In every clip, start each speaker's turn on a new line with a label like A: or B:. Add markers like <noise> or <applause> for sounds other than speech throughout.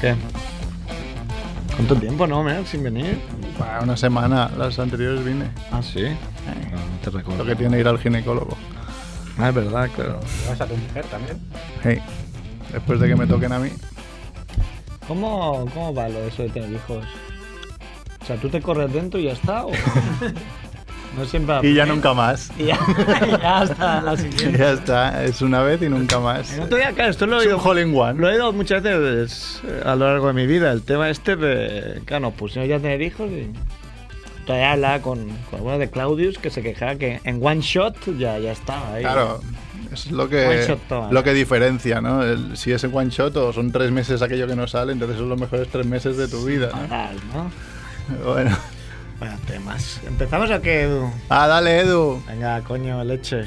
A: ¿Qué? ¿Cuánto tiempo, no, Mer, sin venir?
B: Para una semana, las anteriores vine. Eh,
A: Ah, sí. No, no te recuerdo.
B: Lo que tiene ir al ginecólogo.
A: Ah, es verdad, claro.
C: ¿Vas a tu mujer también?
B: Hey, después de que me toquen a mí.
A: ¿Cómo, ¿Cómo va lo de eso de tener hijos? O sea, ¿tú te corres dentro y ya está? ¿o?
B: <laughs>
A: no siempre...
B: Y ya nunca más.
A: Y ya, <laughs> y ya hasta la
B: <laughs>
A: siguiente.
B: Ya está, es una vez y nunca más.
A: El otro día, claro, esto lo he
B: Es un
A: oído,
B: hole in
A: lo
B: one.
A: he oído muchas veces eh, a lo largo de mi vida. El tema este de, claro, nos pusimos ya a tener hijos y todavía hablaba con, con alguno de Claudius que se quejaba que en one shot ya, ya estaba ahí.
B: Claro, es lo
A: One
B: que,
A: shot toma.
B: lo que diferencia, ¿no? El- si es en one shot o son tres meses aquello que no sale, entonces son los mejores tres meses de tu vida. ¿no?
A: Fatal, ¿no?
B: Bueno.
A: Bueno, temas. ¿Empezamos a qué, Edu?
B: Ah, dale, Edu.
A: Venga, coño, leche.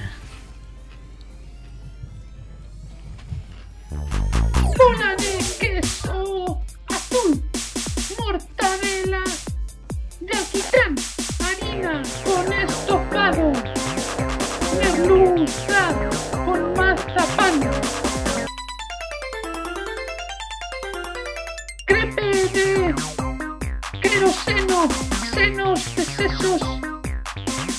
D: Bola de queso azul, mortadela de alquitrán, harina con estofado, merluza con mazapán, crepe de queroseno, senos de sesos,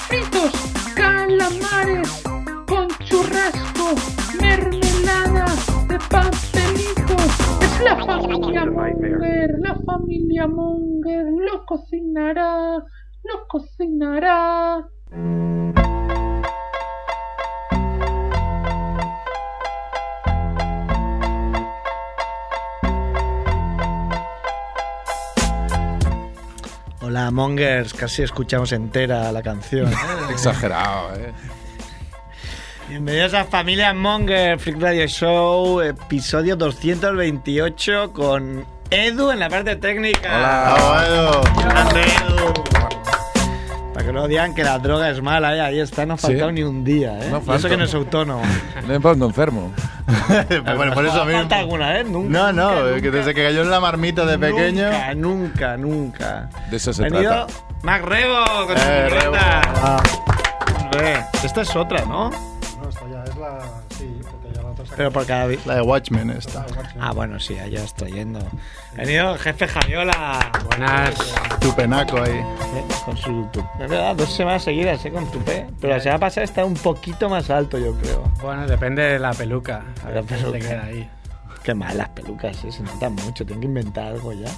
D: fritos, calamares con churrasco, mermelada de pastelito. Es la familia Munger, la familia Munger lo cocinará, lo cocinará.
A: Hola, Mongers. Casi escuchamos entera la canción. ¿eh?
E: <laughs> Exagerado, ¿eh?
A: Bienvenidos a Familia Monger, Freak Radio Show, episodio 228 con Edu en la parte técnica.
B: Ah, Edu.
A: Grande, Edu. Para que no digan que la droga es mala, ¿eh? ahí está, no ha
E: Sí.
A: faltado ni un día. ¿eh?
E: No
A: Y eso
E: falta.
A: que no
E: <laughs>
A: es autónomo.
E: Me pongo enfermo.
B: bueno, por eso mismo.
A: ¿Falta alguna ¿eh? vez? Nunca.
B: No, no,
A: nunca,
B: que desde que cayó en la marmita de
A: nunca,
B: pequeño.
A: Nunca, nunca.
E: De eso se
A: Venido
E: trata. Ah.
A: Mac Rebo con su
B: Eh, Rebo.
A: bicicleta. Hombre, Esta es otra, ¿no?
C: No, esta ya es la. Sí, porque ya la otra se
A: Pero por cada vez.
B: La de Watchmen esta.
A: Ah, bueno, sí, allá estoy yendo. Ha venido el jefe Javiola.
C: Buenas.
B: Tu penaco ahí.
A: Con su YouTube. Es verdad, dos semanas seguidas, ¿eh? Con tu P. Pero la semana pasada está un poquito más alto, yo creo.
F: Bueno, depende de la peluca. A
A: La
F: ver si
A: peluca.
F: se queda ahí.
A: Qué mal las pelucas, ¿eh? Se notan mucho. Tengo que inventar algo ya.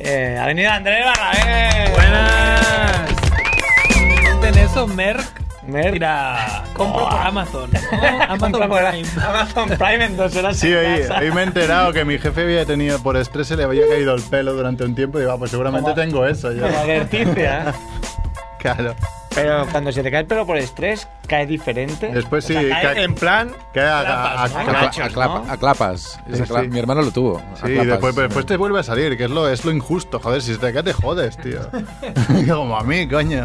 A: Eh, ha venido Andrés Barrabé.
F: ¡Buenas! ¿Entienden eso, Merck?
A: Mer-
F: Mira, compro por
A: <laughs>
F: Amazon. ¿no?
A: Compra
F: Amazon
A: por
F: Prime.
A: Amazon Prime en dos horas.
B: Sí,
A: en
B: hoy,
A: casa.
B: hoy me he enterado
F: <laughs>
B: que mi jefe había tenido por estrés, se le había caído el pelo durante un tiempo y digo, ah, pues seguramente
A: Como-
B: tengo eso yo.
A: Como advertencia.
B: Claro.
A: Pero cuando se te cae el pelo por estrés, cae diferente.
B: Después
A: O sea,
B: sí,
A: cae
B: cae-
A: en plan.
B: Que a- a- a-
A: Trampas, ¿no?
B: a-
E: Acla-
A: Gachos,
E: aclapa-
A: ¿no?
E: Aclapas. Es
B: Sí,
E: acla-
B: sí.
E: Mi hermano lo tuvo. Aclapas.
B: Sí,
G: pues,
B: después, después te vuelve a salir, que es lo, es lo injusto, joder, si te cae te jodes, <laughs> tío. Como a mí, coño.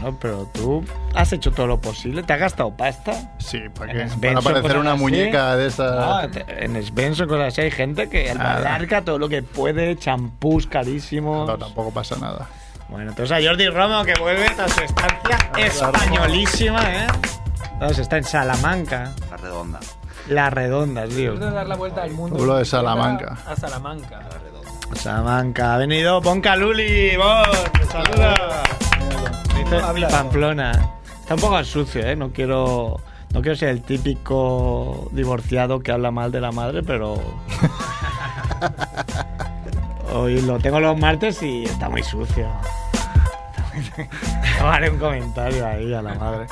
A: Bueno, pero tú has hecho todo lo posible. ¿Te has gastado pasta?
B: Sí, ¿para
A: En
B: qué?
A: las
B: Para
A: Benson,
B: parecer
A: cosas
B: una
A: así.
B: muñeca de
A: Ah,
B: esa...
A: te- en Svensson, cosas así, hay gente que alarga todo lo que puede, champús carísimos.
B: No, tampoco pasa nada.
A: Bueno, entonces
B: <laughs>
A: a Jordi Romo que vuelve a su estancia españolísima, ¿eh? Entonces está en Salamanca,
H: La redonda.
A: La Redonda, tío.
F: Después de dar la vuelta al mundo.
B: Pueblo de Salamanca.
F: A Salamanca.
A: Salamanca, ha venido Ponca Luli, vos, te saluda. Dice Pamplona. Está un poco sucio, ¿eh? No quiero, no quiero ser el típico divorciado que habla mal de la madre,
B: <laughs>
A: pero. Hoy lo tengo los martes y está muy sucio. <laughs> Haré un comentario ahí a la madre.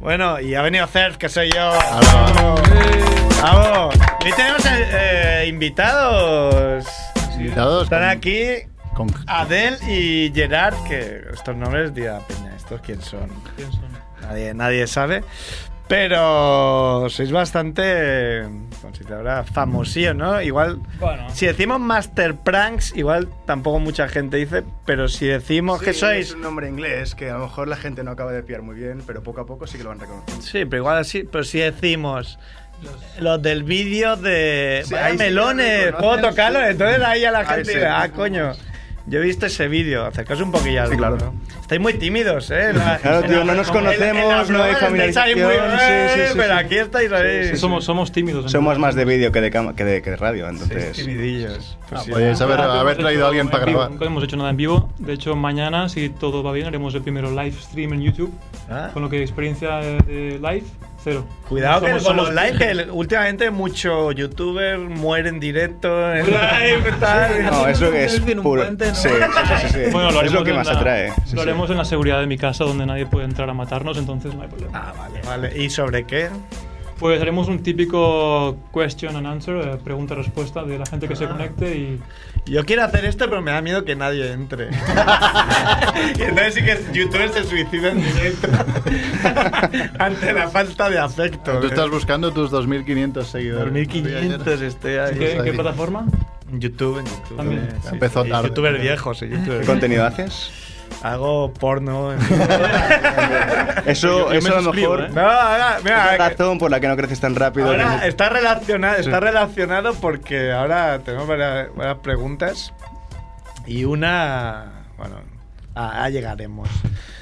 A: Bueno, y ha venido Cerf, que soy yo. ¡Vamos! Hoy tenemos eh, invitados.
B: Invitados
A: Están
B: con-
A: aquí
B: con-
A: Adel y Gerard, que estos nombres dirá Peña, ¿estos quién son? Nadie, nadie sabe. Pero sois bastante, como si te habrá famosillo, ¿no? Igual,
F: Bueno.
A: si decimos Master Pranks, igual tampoco mucha gente dice, pero si decimos que sois...
I: Es un nombre inglés que a lo mejor la gente no acaba de pillar muy bien, pero poco a poco sí que lo van reconociendo.
A: Sí, pero igual así, pero si decimos... Los del vídeo de...
I: Sí,
A: ¡Vaya
I: ahí sí que
A: melones!
I: reconocen
A: ¿Puedo tocarlos?
I: su-
A: Entonces ahí a la
I: Ahí
A: gente
I: sí.
A: dirá, ah, coño. Yo he visto ese vídeo, acercaos un poquillo al
I: Sí, claro.
A: micro. Estáis muy tímidos, ¿eh? La-
I: Claro, tío, no nos
A: en la- en la
I: conocemos, no hay
A: broma estáis ahí muy,
I: familiarización,
A: "Eh",
I: sí, sí, sí,
A: pero
I: sí.
A: aquí estáis ahí.
I: Sí, sí,
H: Somos, somos tímidos. entonces.
I: Somos más de vídeo que de, cama- que de, que de radio, entonces. Ah,
A: Timidillos. Pues sí.
B: Podéis haber, haber traído a alguien para
H: En vivo,
B: grabar.
H: Nunca hemos hecho nada en vivo. De hecho, mañana, si todo va bien, haremos el primero live stream en YouTube.
A: Ah.
H: Con lo que experiencia de live, cero.
A: Cuidado que
H: Somos-
A: con los
H: somos-
A: likes, que el- últimamente muchos youtubers mueren directo en <laughs> live, tal.
I: No, eso es
F: Selfie en un
I: puro.
F: puente, ¿no?
I: Sí, sí, sí, sí.
H: Bueno, lo
I: es
H: haremos
I: lo que
H: en
I: más
H: la-
I: atrae. Sí, sí.
H: lo haremos en la seguridad de mi casa, donde nadie puede entrar a matarnos, entonces no hay problema.
A: Ah, vale, vale. ¿Y sobre qué?
H: Pues haremos un típico question and answer, eh, pregunta-respuesta de la gente que se conecte y...
A: Ah. Yo quiero hacer esto, pero me da miedo que nadie entre. y entonces sí que youtubers se suicidan directo ante la falta de afecto. ¿eh?
B: Tú estás buscando tus 2.500 seguidores.
A: 2500
B: este
A: estoy ahí.
H: ¿Qué,
B: está
H: qué
B: ahí.
H: plataforma?
A: YouTube, en YouTube.
H: También.
A: Sí, sí.
B: Empezó
A: Y
B: tarde.
A: Youtuber viejo, sí, youtuber
I: ¿Qué
A: viejo.
I: contenido haces?
A: Hago porno. en-
I: Eso,
H: yo
I: eso
H: me
I: a lo
H: suscribo,
I: mejor.
H: ¿eh?
A: no, ahora,
I: Es la
A: mira,
I: razón por la que no creces tan rápido.
A: Ahora
I: que-
A: está relacionado, está relacionado porque ahora tenemos varias, varias preguntas y una, bueno, a, a llegaremos.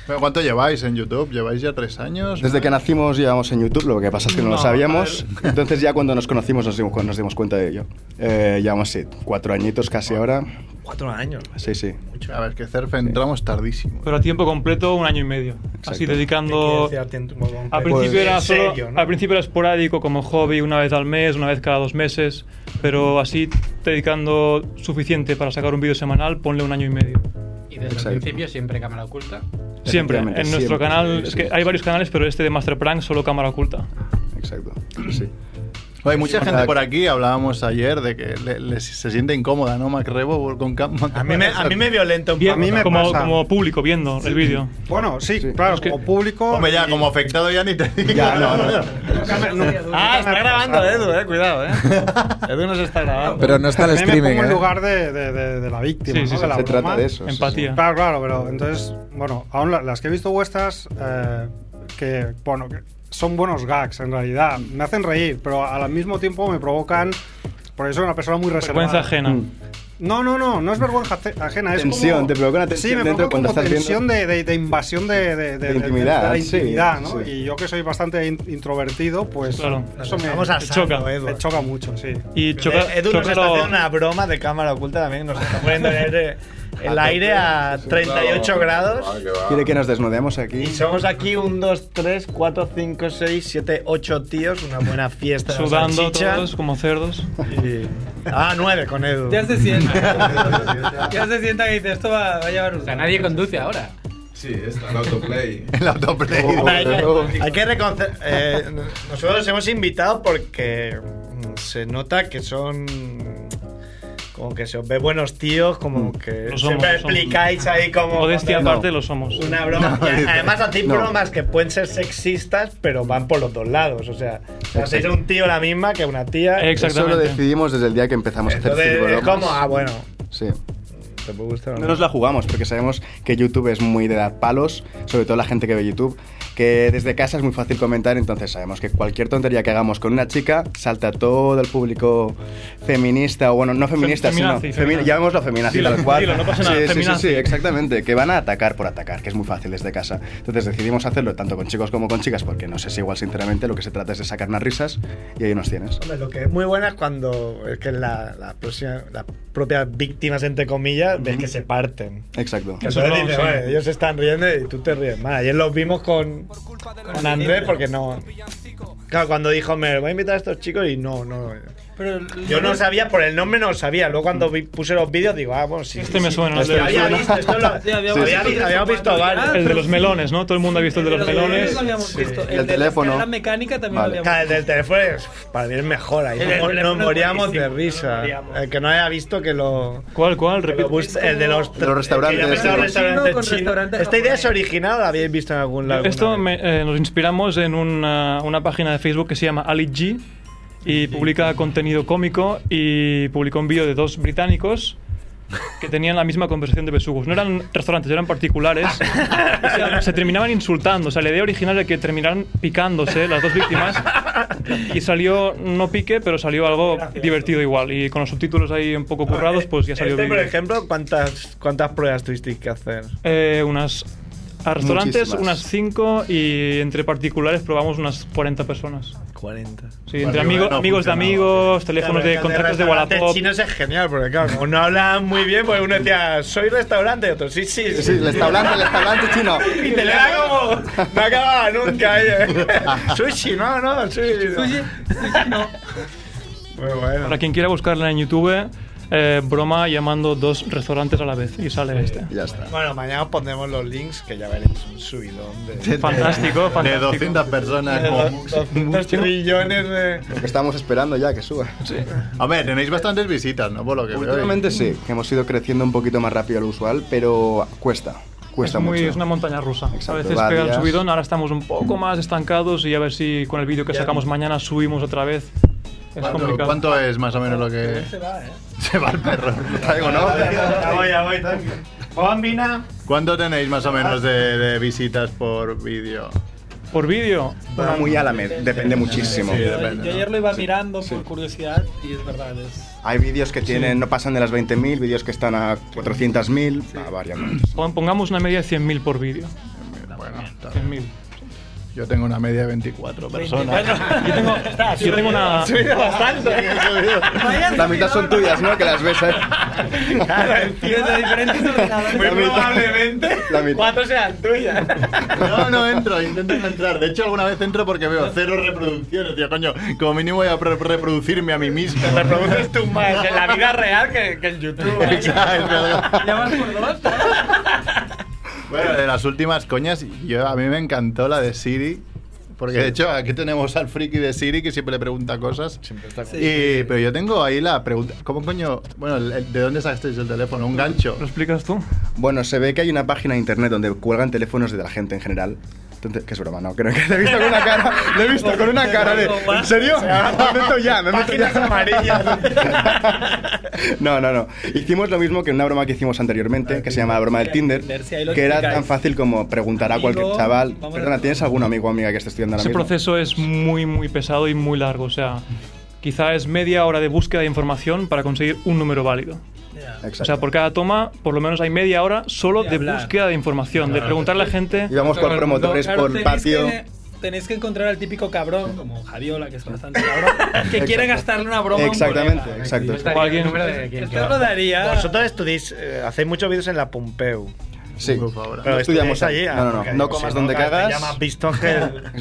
B: Pero ¿Cuánto lleváis en YouTube? ¿Lleváis ya tres años?
I: Desde que nacimos llevamos en YouTube, lo que pasa es que no, lo
H: No,
I: sabíamos. Entonces ya cuando nos conocimos nos dimos, cu- nos dimos cuenta de ello. Eh, llevamos sí, cuatro añitos casi ahora.
A: Cuatro años.
I: Sí, sí.
B: A ver, que Cerf entramos tardísimo.
H: Pero a tiempo completo, un año y medio. Así, dedicando... Al principio,
A: Pues,
H: era solo- al principio era esporádico, como hobby, una vez al mes, una vez cada dos meses, pero así dedicando suficiente para sacar un vídeo semanal, ponle un año y medio.
J: Y desde
I: Exacto.
J: el principio siempre cámara oculta.
H: Siempre, en
I: Efectivamente,
H: nuestro
I: siempre,
H: canal,
I: sí,
H: es
I: sí,
H: que
I: sí.
H: hay varios canales, pero este de Master Prank, solo cámara oculta.
I: Exacto. Sí.
B: Hay mucha gente
I: Exacto.
B: por aquí, hablábamos ayer, de que le- le- se siente incómoda, ¿no? Macrebo con cam
A: A mí me, a mí me violenta un poco.
H: Bien, como,
A: pasa.
H: como público viendo el vídeo.
C: Bueno, sí, claro, como público.
B: Hombre, ya,
C: y-
B: como afectado ya ni te digo.
I: Ya, no, no.
C: Nunca me- nunca-
A: Ah,
C: nunca
A: está
C: me ha
A: grabando
C: pasado.
A: Edu, eh, cuidado, eh. Edu nos está grabando.
E: Pero no está el
C: También me
E: streaming,
C: pongo en
E: ¿eh?
C: lugar de, de- de- de la víctima,
H: Sí,
C: ¿no?
H: sí, sí,
C: de la
I: Se
C: broma.
I: trata de eso. sí,
H: Empatía.
C: Claro, claro, pero entonces, bueno, aún la- las que he visto vuestras, eh, que, bueno, que son buenos gags en realidad, me hacen reír, pero al mismo tiempo me provocan, por eso soy una persona muy reservada.
H: Vergüenza ajena.
I: Mm.
C: No, no, no, no es vergüenza aje- ajena, es
I: Tensión,
C: como-
I: te provoca una tensión
C: Sí, me
I: dentro
C: provoca
I: cuando
C: como
I: estás viendo-
C: tensión de, de- de invasión de, de- de- de-
I: intimidad,
C: de la
I: sí,
C: intimidad, ¿no?
I: sí.
C: Y yo que soy bastante in- introvertido, pues
H: Claro.
C: eso me,
A: Vamos a
H: Te
A: saco,
H: choca.
A: Edu.
C: me choca mucho, sí.
H: Y choca,
A: Edu nos
H: choca
A: está
H: lo-
A: haciendo una broma de cámara oculta también, nos está poniendo el aire, el aire a 38 grados.
I: Quiere Ah, que nos desnudemos aquí.
A: Y somos aquí un, dos, tres, cuatro, cinco, seis, siete, ocho tíos, una buena fiesta. de
H: sudando
A: salchicha.
H: todos como cerdos.
A: Y- Ah, nueve con Edu.
F: Ya se
B: <laughs>
J: <laughs>
F: sienta. ya se sienta que dice, esto va, va a llevar un...
J: O sea, nadie conduce ahora.
K: Sí, está el autoplay.
B: El autoplay.
A: Hombre, hay que, hay que reconocer- eh, nosotros los hemos invitado porque mm, se nota que son como que se os ve buenos tíos, como que
H: Mm. Lo somos,
A: siempre
H: lo somos.
A: explicáis ahí como
H: Modestia
A: cuando-
H: aparte lo somos.
A: Una broma.
B: No,
A: Y
B: dice-
A: además, hacéis
I: no.
A: bromas que pueden ser sexistas, pero van por los dos lados. O sea, hacéis a un tío la misma que una tía.
H: Ex-
I: Eso lo
H: Exactamente.
I: decidimos desde el día que empezamos a hacer
A: Entonces, es
I: bromas.
A: como, ah, bueno.
I: Sí.
A: ¿Te puede gustar o
I: No nos la jugamos porque sabemos que YouTube es muy de dar palos, sobre todo la gente que ve YouTube, que desde casa es muy fácil comentar, entonces sabemos que cualquier tontería que hagamos con una chica salta todo el público feminista, o bueno, no feminista,
H: Fem-
I: sino
H: feminazi,
I: femi-
H: feminazi.
I: llamémoslo feminazi
H: Dilo,
I: tal cual.
H: dilo, no pasa nada,
I: sí, sí, sí,
H: feminazi.
I: sí, exactamente, que van a atacar por atacar, que es muy fácil desde casa. Entonces decidimos hacerlo tanto con chicos como con chicas porque nos es igual sinceramente, lo que se trata es de sacar unas risas y ahí nos tienes.
A: Hombre, lo que es muy buena es cuando es que la, la próxima- las propias víctimas, entre comillas, ves que se parten.
I: Exacto.
A: Que
H: Eso
A: entonces
H: no,
A: dices,
H: sí.
A: "Vale, ellos se están riendo y tú te ríes más. Ayer los vimos con, con Andrés porque no. Claro, cuando dijo, me voy a invitar a estos chicos y no, no. Yo no sabía, por el nombre no lo sabía. Luego cuando vi- puse los vídeos digo, ah, bueno, sí.
H: Este
A: sí,
H: me
A: sí".
H: suena, ¿no?
A: Este
H: Este me
A: había
H: suena.
A: visto, esto lo-
F: Sí, había
A: había
F: visto
A: vi-
F: tres o
A: habíamos visto
F: cuatro.
A: varios.
F: Ah,
H: El de los melones, ¿no? Todo el mundo ha visto el de los melones.
I: El teléfono.
F: La mecánica también
I: Vale.
F: lo habíamos
A: Claro, el del teléfono es- para mí es mejor. Ahí
F: El del
A: nos,
F: teléfono
A: nos
F: es
A: moríamos
F: buenísimo,
A: de
F: nos
A: risa.
F: moríamos.
A: El que no haya visto que lo.
H: ¿Cuál, cuál?
A: que lo
H: Repito.
A: busque- el de los,
I: De los restaurantes,
A: el que llama
I: sí.
A: restaurantes
F: Con
A: chinos.
F: restaurantes
A: Esta idea es
F: japoneses.
A: original, o la habéis visto en algún lado.
H: Esto
A: alguna vez?
H: me- eh, nos inspiramos en una, una página de Facebook que se llama Ali G y publica contenido cómico y publicó un vídeo de dos británicos que tenían la misma conversación de besugos. No eran restaurantes, eran particulares. O sea, se terminaban insultando. O sea, la idea original era que terminaran picándose las dos víctimas y salió, no pique, pero salió algo divertido igual. Y con los subtítulos ahí un poco currados, pues ya salió
A: Este,
H: bien.
A: por ejemplo, ¿cuántas, ¿cuántas pruebas tuvisteis que hacer?
H: Eh, unas a restaurantes,
A: Muchísimas.
H: unas 5 y entre particulares probamos unas 40 personas.
A: 40.
H: Sí, entre amigos, amigos de amigos, teléfonos de contactos de Wallapop.
A: chinos es genial, porque claro, como no hablan muy bien, pues uno decía, soy restaurante, y otro, sí, sí. Sí,
I: restaurante, restaurante chino.
A: <laughs> Y te le da como, no acababa
I: <laughs>
A: nunca. ¿eh? Sushi, no, no, sushi. Sushi, no. Muy bueno.
H: Para quien quiera buscarla en YouTube, eh, broma llamando dos restaurantes a la vez y sale este.
I: Ya está.
A: Bueno, mañana os pondremos los links que ya veréis un subidón de.
H: Fantástico,
A: de
H: fantástico.
A: 200
B: personas
A: De
B: como
A: dos- 200 trillones de.
I: Lo que estamos esperando ya, que suba.
B: Hombre, tenéis bastantes visitas, ¿no? Por lo que veo.
I: Últimamente sí, que hemos ido creciendo un poquito más rápido de lo usual, pero cuesta. Cuesta
H: es, muy-
I: mucho.
H: es una montaña rusa.
I: Exacto,
H: a veces
I: va
H: pega el
I: días.
H: subidón, ahora estamos un poco más estancados y a ver si con el vídeo que sacamos mañana subimos otra vez. Es
B: ¿Cuánto,
H: complicado.
B: cuánto es más o menos lo que.? <laughs> Se va, ¿eh? el perro. Lo traigo, ¿no?
A: Ya voy, ya voy. Bombina.
B: ¿Cuánto tenéis más o menos de, de visitas por vídeo?
H: Por vídeo.
I: Va muy a la med, depende muchísimo.
B: Sí,
J: Yo
B: depende. ¿no?
J: ayer lo iba mirando por curiosidad y es verdad. Es...
I: Hay vídeos que tienen, no pasan de las 20.000, vídeos que están a 400.000, va variando.
H: Pon- Pongamos una media de 100.000 por vídeo.
B: Bueno, está
H: 100.000.
B: bien. yo tengo una media de 24 personas.
H: Yo tengo, yo tengo una.
I: La mitad son tuyas, ¿no? Que las ves, ¿eh?
A: Muy
I: La mitad.
A: probablemente.
I: La mitad.
A: Cuatro sean tuyas.
B: No, no entro, intento no entrar. De hecho, alguna vez entro porque veo cero reproducciones. Tío, coño, como mínimo voy a re- reproducirme a mí mismo.
A: Reproduces tú
H: pues,
A: más en la vida real que, que en YouTube.
B: Exacto, es verdad.
J: ¿Ya vas por dos?
B: Bueno, de las últimas coñas, yo, a mí me encantó la de Siri. Porque de hecho, aquí tenemos al friki de Siri que siempre le pregunta cosas. Y- pero yo tengo ahí la pregunta: ¿Cómo coño? Bueno, el- el- ¿de dónde sacasteis el teléfono? ¿Un gancho?
H: ¿Lo explicas tú?
I: Bueno, se ve que hay una página de internet donde cuelgan teléfonos de la gente en general. Entonces, que es broma, no, creo que te he visto con una cara, lo
H: <laughs>
I: he visto con una cara de, ¿en serio? Me meto ya, me meto
A: Páginas
I: ya.
A: amarillas.
I: No, no, no. Hicimos lo mismo que una broma que hicimos anteriormente, que se llama la broma del Tinder,
J: Tinder, Ah, sí, ahí lo
I: que era
J: explicáis.
I: tan fácil como preguntar a cualquier
J: Amigo,
I: chaval,
J: vamos a-
I: perdona, ¿tienes algún amigo o amiga que esté estudiando ahora
H: Ese
I: mismo?
H: proceso es muy, muy pesado y muy largo. O sea, quizá es media hora de búsqueda de información para conseguir un número válido.
I: Exacto.
H: O sea, por cada toma, por lo menos hay media hora solo de,
J: hablar.
H: búsqueda de información, de preguntarle a la gente.
I: Íbamos por promotores,
J: Claro,
I: por
J: tenéis
I: patio.
J: que- Tenéis que encontrar al típico cabrón, como Javiola, que es
I: <laughs>
J: bastante cabrón, que quiere
I: Exacto.
J: gastarle una broma. a un
I: Exactamente,
J: colega.
I: exacto.
H: O alguien.
J: ¿eh? Esto lo daría.
A: Vosotros estudiáis, eh, hacéis muchos vídeos en la Pompeu.
I: Sí.
B: Por favor.
A: Pero
I: No estudiamos
A: estudiáis allí.
I: ahí. No, no, no.
A: ah, ok.
I: No comas donde cagas.
A: Te llamas visto <laughs> que-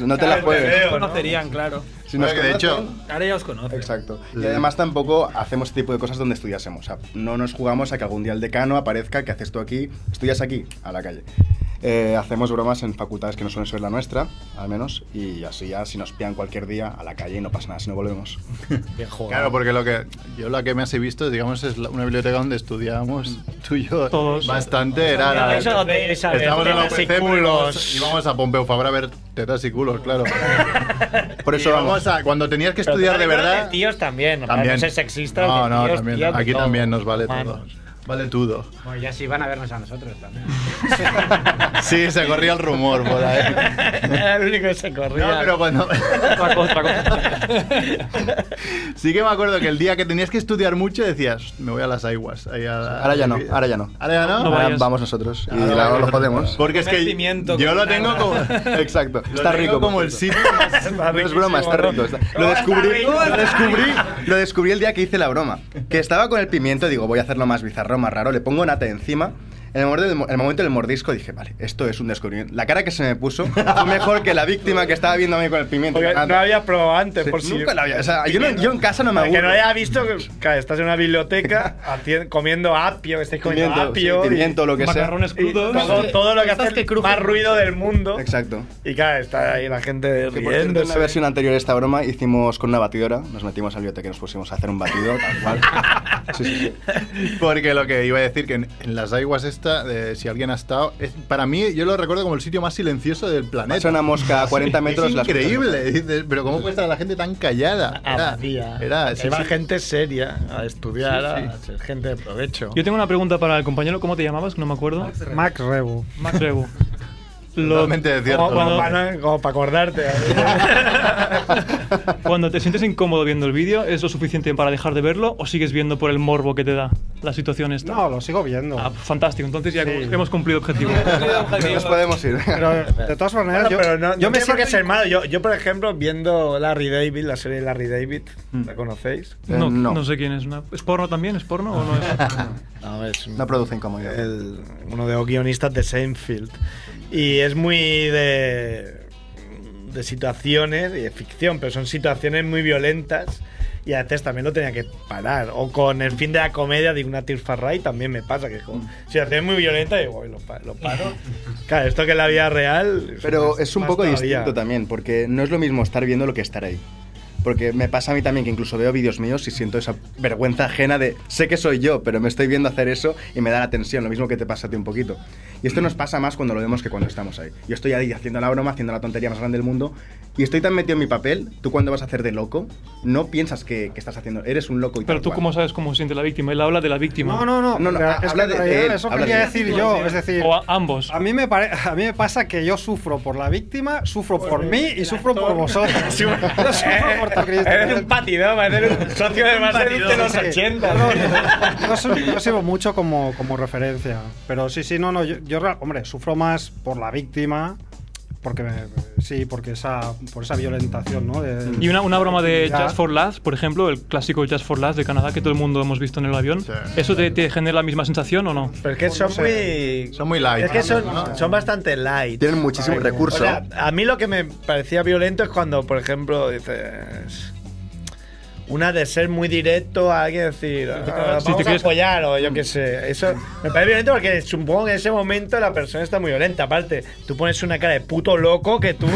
I: <laughs> No te la juegues.
A: veo, ¿no?
J: conocerían, claro.
I: Si
B: Bueno,
I: nos
B: que de
I: conocen-
B: hecho-
J: Ahora ya os conocen.
I: Exacto. Y además tampoco hacemos este tipo de cosas donde estudiásemos. O sea, no nos jugamos a que algún día el decano aparezca, que haces tú aquí, estudias aquí, a la calle. Eh, hacemos bromas en facultades que no suelen ser la nuestra, al menos, y así ya si nos pillan cualquier día a la calle y no pasa nada si no volvemos.
A: Bien jugado.
B: Claro, porque lo que yo la que más he visto, digamos, es la- una biblioteca donde estudiáamos tú y yo
H: Todos.
B: bastante. Era la-
A: Eso lo tenéis a ver,
B: Estábamos en la
A: tetas y
B: UPC, pero
A: culos.
B: íbamos- íbamos a Pompeu Fabra a ver tetas y culos, claro.
I: Por eso
B: Y
I: vamos.
B: a cuando tenías que
A: Pero
B: estudiar
A: tú
B: de
A: también
B: verdad.
A: de tíos también.
B: También.
A: No ser sexista.
B: No,
A: de
B: no,
A: tíos,
B: también.
A: tías, de
B: aquí
A: todo.
B: también nos vale
A: Mano.
B: todo. Vale todo.
L: Bueno, ya sí van a vernos a nosotros
A: <laughs>
L: también.
B: Sí, se corría el rumor por
H: <laughs>
B: ahí.
A: Era el único que se corría.
B: No, pero cuando.
H: Otra cosa, otra cosa.
B: <laughs> sí que me acuerdo que el día que tenías que estudiar mucho decías, me voy a las aguas. ahí a la-
I: Ahora ya no, ahora ya no.
B: Ahora ya no.
H: No
I: Ahora
H: vayas.
I: vamos nosotros y
B: Ahora
I: la-
B: vamos
I: lo
B: nosotros.
I: jodemos.
B: Porque es que
J: Crecimiento
B: yo
J: con
B: lo
J: nada.
B: tengo como.
I: <laughs> Exacto.
B: lo
I: Está
B: tengo
I: rico. por
B: como el
I: cierto.
B: sitio más.
I: No es broma, está rico. está- Lo descubrí, lo descubrí, lo descubrí el día que hice la broma. Que estaba con el pimiento, digo, voy a hacerlo más bizarro, más raro, le pongo nata encima. En el, morde- en el momento del mordisco dije, vale, esto es un descubrimiento. La cara que se me puso fue mejor que la víctima que estaba viendo a mí con el pimiento.
A: Porque
I: Nada.
A: no había probado antes,
I: Sí,
A: por si.
I: Nunca la había. o sea, yo, no- yo en casa no me
A: Para el
I: aburro.
A: que no haya visto, claro, estás en una <laughs> biblioteca haci- comiendo apio, estáis comiendo
I: pimiento, sí,
A: apio. y-
I: pimiento, lo que sea.
H: Macarrones
A: y
H: crudos.
A: todo, todo lo que hace
J: que
A: más ruido del mundo.
I: Exacto.
A: Y claro, está ahí la gente
I: Que por cierto, en la
A: riéndose.
I: versión anterior de esta broma hicimos con una batidora, nos metimos al biblioteca y nos pusimos a hacer un batido, tal cual.
A: <laughs>
I: Sí, sí, sí.
B: Porque lo que iba a decir, que en, en las aguas esta, de si alguien ha estado, es- para mí yo lo recuerdo como el sitio más silencioso del planeta.
I: Pasa una mosca a 40 metros.
B: es
I: la escuchas.
B: increíble, dices, pero ¿cómo puede estar la gente tan callada?
A: Apatía.
B: era,
A: Ah, Que
B: sí,
A: va
B: sí.
A: gente seria a estudiar, a ser gente de provecho.
H: Yo tengo una pregunta para el compañero. ¿Cómo te llamabas? No me acuerdo.
I: <laughs>
C: Max Rebo.
H: Max Rebo.
B: Totalmente cierto.
A: Como, para, acordarte. ¿eh?
H: Cuando te sientes incómodo viendo el vídeo, ¿es lo suficiente para dejar de verlo o sigues viendo por el morbo que te da la situación esta?
C: No, lo sigo viendo.
H: Ah, fantástico, <laughs>
I: Eh,
H: entonces ya hemos cumplido objetivo.
I: Nos podemos ir.
C: Pero, de todas maneras,
A: Bueno,
C: yo,
A: pero no,
C: yo me siento
A: que es hermano. <laughs> Yo, yo, por ejemplo, viendo Larry David, la serie de Larry David, ¿la conocéis?
H: Mm. No, Eh, no sé quién es. ¿no? ¿Es porno también? ¿Es porno o no es?
I: <laughs>
A: No, es un-
I: No produce incomodidad.
A: el- uno de los guionistas de Seinfeld. Y es muy de, de situaciones y de ficción, pero son situaciones muy violentas. Y a veces también lo tenía que parar. O con el fin de la comedia de una Farray también me pasa, que es como situaciones muy violentas y digo, "Uy, lo, pa- lo paro. claro, esto que es la vida real.
I: Pero es un
A: más
I: poco
A: todavía.
I: distinto también, porque no es lo mismo estar viendo lo que estar ahí. Porque me pasa a mí también que incluso veo vídeos míos y siento esa vergüenza ajena de sé que soy yo, pero me estoy viendo hacer eso y me da la tensión, lo mismo que te pasa a ti un poquito. Y esto nos pasa más cuando lo vemos que cuando estamos ahí. Yo estoy ahí haciendo la broma, haciendo la tontería más grande del mundo y estoy tan metido en mi papel, tú cuando vas a hacer de loco, no piensas que, que estás haciendo, eres un loco y
H: Pero
I: tal
H: tú
I: cual.
H: cómo sabes cómo se siente la víctima. Él habla de la víctima.
C: No, no, no.
I: No, no,
C: pero
I: ha-
C: es
I: habla
C: que
I: de
C: en realidad
I: él,
C: eso
I: habla
C: quería
I: de él.
C: decir yo. Es decir,
H: O a- ambos.
C: a mí, me pare- a mí me pasa que yo sufro por la víctima, sufro por, mí y sufro por
A: <laughs>
C: vosotros. yo <laughs> sufro por tu Cristo.
A: <laughs> Eres un patidón, eres un socio del Barcelona de los
C: Sí.
A: 80.
C: No, no, yo sirvo- yo sirvo mucho como, como referencia. Pero sí, sí, no, no. Yo, yo real- hombre, sufro más por la víctima. Porque me- sí, porque esa, por esa violentación, ¿no? De-
H: Y una, una broma de
C: Ya.
H: Jazz for Last, por ejemplo, el clásico Jazz for Last de Canadá que todo el mundo hemos visto en el avión. ¿Eso te, te genera la misma sensación o no?
A: Pero es
I: Pues
A: que son muy.
B: Son muy light.
A: Es que son, son bastante light.
I: Tienen muchísimo
A: O
I: recurso.
A: sea, a mí lo que me parecía violento es cuando, por ejemplo, dices. Una de ser muy directo a alguien decir, "Ah,
H: Si te
A: vamos a
H: quieres-
A: apoyar o yo qué sé. Eso me parece violento porque supongo que en ese momento la persona está muy violenta. Aparte, tú pones una cara de puto loco
H: <laughs>
A: que tú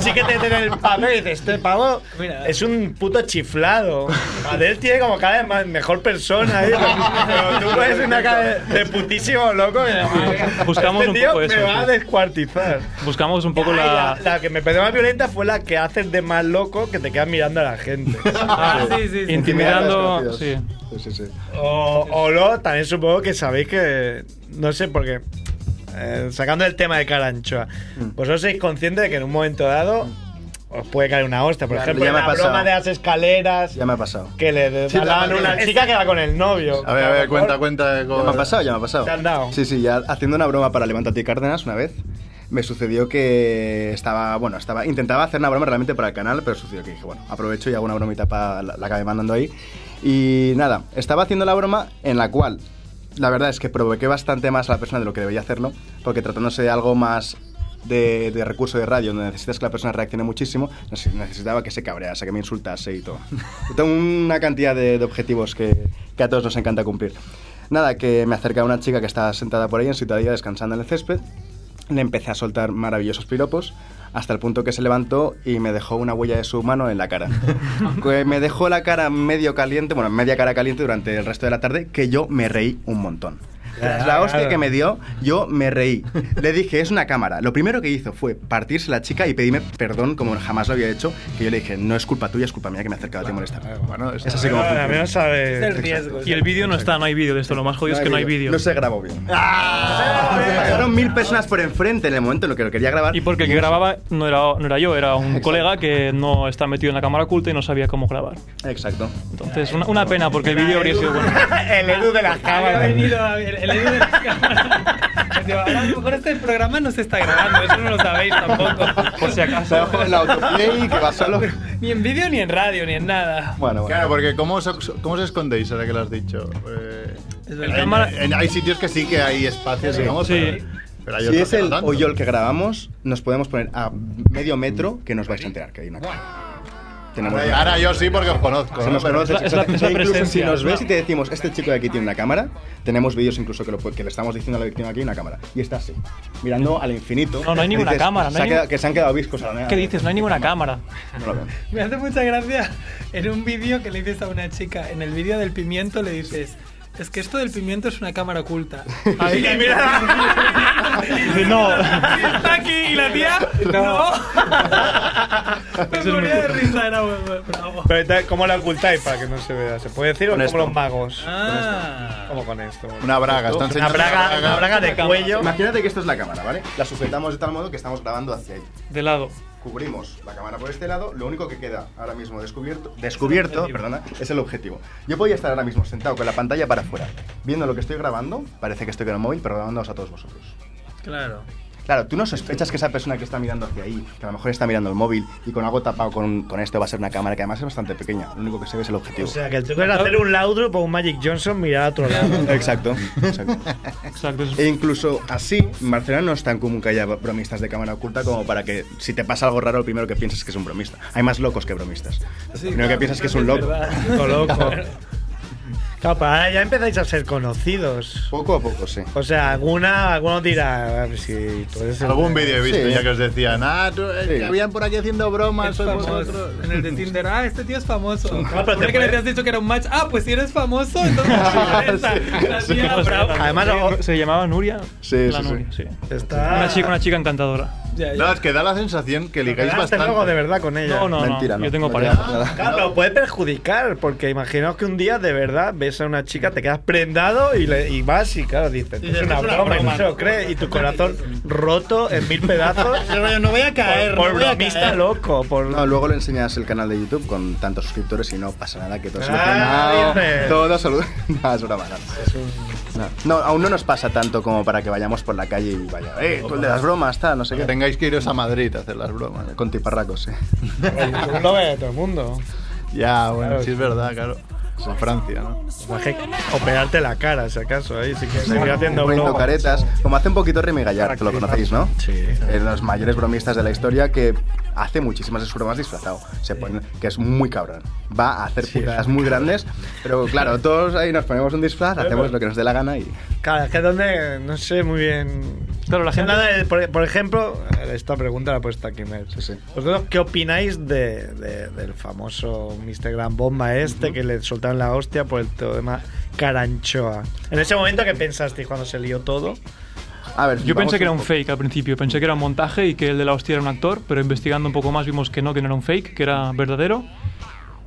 A: sí que te tienes el papel y dices, este pavo
J: Mira.
A: es un puto chiflado. Adel tiene como cada vez más- mejor persona.
H: <laughs>
A: ¿eh? Pero tú pones una cara de, de putísimo loco y
H: Buscamos
A: <laughs> este
H: un
A: tío
H: poco
A: me
H: eso,
A: va a
H: sí.
A: descuartizar.
H: Buscamos un poco
A: Ay,
H: la...
A: la, la que me pareció más violenta fue la que haces de más loco que te quedas mirando a la gente.
H: <laughs> Ah,
J: Sí, sí, sí.
I: Intimidar a
H: Intimidando...
I: los
H: Sí.
I: Sí, sí, sí.
A: O, o luego también supongo que sabéis que. No sé por qué. eh, sacando el tema de Caranchoa, vosotros sois conscientes de que en un momento dado os puede caer una hostia. Por
I: Claro,
A: ejemplo,
I: ya me
A: la
I: ha pasado.
A: broma de las escaleras
I: Ya me ha pasado.
A: que le
I: Sí,
A: regalaban
I: la-
A: a una chica que va con el novio.
B: A ver, a ver, cuenta, cuenta.
I: Ya me ha
B: con-
I: pasado, ya me ha pasado.
A: Te han <laughs> dado.
I: Sí, sí, ya haciendo una broma para Levántate y Cárdenas una vez, me sucedió que estaba, bueno, estaba, intentaba hacer una broma realmente para el canal, pero sucedió que dije, bueno, aprovecho y hago una bromita para la, la que me mandando ahí. Y nada, estaba haciendo la broma en la cual, la verdad es que provoqué bastante más a la persona de lo que debería hacerlo, porque tratándose de algo más de, de recurso de radio, donde necesitas que la persona reaccione muchísimo, neces- necesitaba que se cabrease, que me insultase y todo. Tengo una cantidad de, de objetivos que, que a todos nos encanta cumplir. Nada, que me acerca una chica que estaba sentada por ahí en sentadilla descansando en el césped. Le empecé a soltar maravillosos piropos hasta el punto que se levantó y me dejó una huella de su mano en la cara. Que me dejó la cara medio caliente, bueno, media cara caliente durante el resto de la tarde, que yo me reí un montón. Tras la hostia que me dio, yo me reí. Le dije, es una cámara. Lo primero que hizo fue partirse la chica y pedirme perdón como jamás lo había hecho. Que yo le dije, no es culpa tuya, es culpa mía que me he acercado a ti a molestar.
B: Bueno,
I: Es así como funciona.
A: Perdona, me no
J: Es el
A: sabes.
J: riesgo.
H: Y el vídeo no está, no hay vídeo de esto. Lo más jodido es que no hay vídeo.
I: No se grabó bien. Pasaron mil personas por enfrente en el momento en el que lo quería grabar.
H: Y porque el que grababa no era, no era yo, era un colega que no está metido en la cámara oculta y no sabía cómo grabar.
I: Exacto.
H: Entonces, una, una pena, porque el vídeo habría sido bueno.
A: <laughs> el Edu de las
J: Ha
A: cámaras.
J: venido a ver el audio de las cámaras. Digo, A lo mejor este programa no se está grabando, eso no lo sabéis tampoco.
H: Por si acaso.
I: Trabajo en la autoplay que va solo.
J: Ni en vídeo, ni en radio, ni en nada.
I: Bueno, bueno.
B: Claro, porque ¿cómo os, cómo os escondéis ahora que lo has dicho? Eh,
J: Es
B: en-
J: verdad.
B: en- hay sitios que sí que hay espacios, digamos,
H: Sí.
B: pero, pero hay
I: Si
B: otros
I: es
B: que no
I: el
B: tanto.
I: hoyo el que grabamos, nos podemos poner a medio metro que nos vais a enterar que hay una cámara. Tenemos
B: Ahora ahora yo sí porque os conozco.
I: Se
B: ¿no?
I: nos
B: Pero-
I: conoce,
H: es la-
I: exacto.
H: es la
I: Incluso si
H: presencia,
I: nos ves
H: claro.
I: y te decimos, este chico de aquí tiene una cámara, tenemos vídeos incluso que, lo pu- que le estamos diciendo a la víctima aquí hay una cámara. Y está así, mirando al infinito.
H: No, no hay ninguna cámara, no
I: se
H: hay
I: ha quedado-
H: ningún-
I: Que se han quedado viscos a la nena.
H: ¿Qué dices? No hay ninguna cámara.
I: No lo veo.
J: Me hace mucha gracia en un vídeo que le dices a una chica, en el vídeo del pimiento le dices, es que esto del pimiento es una cámara oculta.
A: Ahí, mira.
H: No.
J: Está aquí y la tía No. Me moría de risa, era muy- muy bravo.
A: Pero tal- ¿Cómo la ocultáis para que no se vea? ¿Se puede decir o
B: Con
A: como
B: esto.
A: los magos?
J: Ah.
A: ¿Cómo con esto?
B: Una braga, está
A: una
B: enseñando
A: braga,
B: una braga.
A: una braga de cuello.
I: Imagínate que esto es la cámara, ¿vale? La sujetamos de tal modo que estamos grabando hacia ahí.
H: De lado.
I: Cubrimos la cámara por este lado, lo único que queda ahora mismo descubierto, descubierto, perdona, es el objetivo. Yo podría estar ahora mismo sentado con la pantalla para afuera, viendo lo que estoy grabando, parece que estoy con el móvil, pero grabándoos a todos vosotros.
J: Claro.
I: Claro, tú no sospechas que esa persona que está mirando hacia ahí, que a lo mejor está mirando el móvil y con algo tapado con, con esto va a ser una cámara que además es bastante pequeña, lo único que se ve es el objetivo.
A: O sea, que el truco es hacer un laudro para un Magic Johnson mirar a otro lado.
I: Exacto, exacto. E incluso así, en Barcelona no es tan común que haya bromistas de cámara oculta como para que si te pasa algo raro, el primero que piensas es que es un bromista. Hay más locos que bromistas.
J: Sí,
I: lo primero que
J: claro,
I: piensas es que es
J: creo
I: un
J: que
I: <laughs>
J: es
I: loco.
J: verdad.
A: Todo loco. Claro, pero ahora ya empezáis a ser conocidos.
I: Poco a poco, sí.
A: O sea, alguna, alguno dirá, a ver si tú eres el-
B: Algún vídeo he visto
A: Sí.
B: ya que os decían, ah, tú, eh, que habían por aquí haciendo bromas,
J: Es
B: sois
J: famoso.
B: vosotros.
J: En el de Tinder, ah, este tío es famoso. No,
A: pero te
J: que le
A: puede-
J: habías dicho que era un match. Ah, pues si eres famoso, entonces <laughs>
A: <laughs>
J: la
A: sí. pues,
J: tía, bravo.
A: Además,
H: se llamaba Nuria.
B: Sí,
H: La
B: sí, sí.
H: Nuria, sí.
A: Está-
H: Una chica, una chica encantadora.
B: No, es que da la sensación que ligáis
A: Quedaste
B: bastante.
A: luego de verdad con ella.
H: No, no, no. Mentira, no. Yo tengo No pareja. queda nada.
A: Claro, pero puede perjudicar, porque imaginaos que un día de verdad ves a una chica, te quedas prendado y, le- y vas y claro, dices,
M: Dices,
A: es una
M: es una
A: broma, y no
M: broma,
A: se lo cree, y tu corazón roto en mil pedazos.
M: <laughs> rollo, no voy a caer,
A: Por, por
M: no voy a
A: bromista
M: caer.
A: loco, por...
I: No, luego le enseñas el canal de YouTube con tantos suscriptores y no pasa nada, que todo se
A: Ah, dices.
I: Todo salud. <laughs> No, es broma, no. No, no, aún no nos pasa tanto como para que vayamos por la calle y vaya, eh, tú el de las bromas, tal, no sé qué. Tengáis que iros a Madrid a hacer las bromas. Con tiparracos, sí.
A: Lo ve todo el mundo.
B: Ya, bueno,
A: Claro,
B: sí es
A: sí.
B: verdad, claro. En Francia, ¿no?
A: Operarte la cara, si acaso, ahí sí que seguir haciendo
I: Poniendo
A: bromas.
I: caretas. Como hace un poquito Remy Gallar, que lo conocéis, ¿no? Sí. Es de los mayores bromistas de la historia que hace muchísimas de sus bromas disfrazado. Se pone, que es muy cabrón. Va a hacer putadas muy grandes, pero claro, todos ahí nos ponemos un disfraz, hacemos lo que nos dé la gana y.
A: Claro, es que donde, no sé muy bien. Claro, la gente. por, por ejemplo, esta pregunta la ha puesto aquí Mer. ¿Vosotros qué opináis de, de- del famoso Mr. Gran Bomba este que le soltaron la hostia por el tema Caranchoa? En ese momento que pensasteis cuando se lió todo.
I: A ver,
H: Yo pensé que era un fake al principio, pensé que era un montaje y que el de la hostia era un actor, pero investigando un poco más vimos que no, que no era un fake, que era verdadero.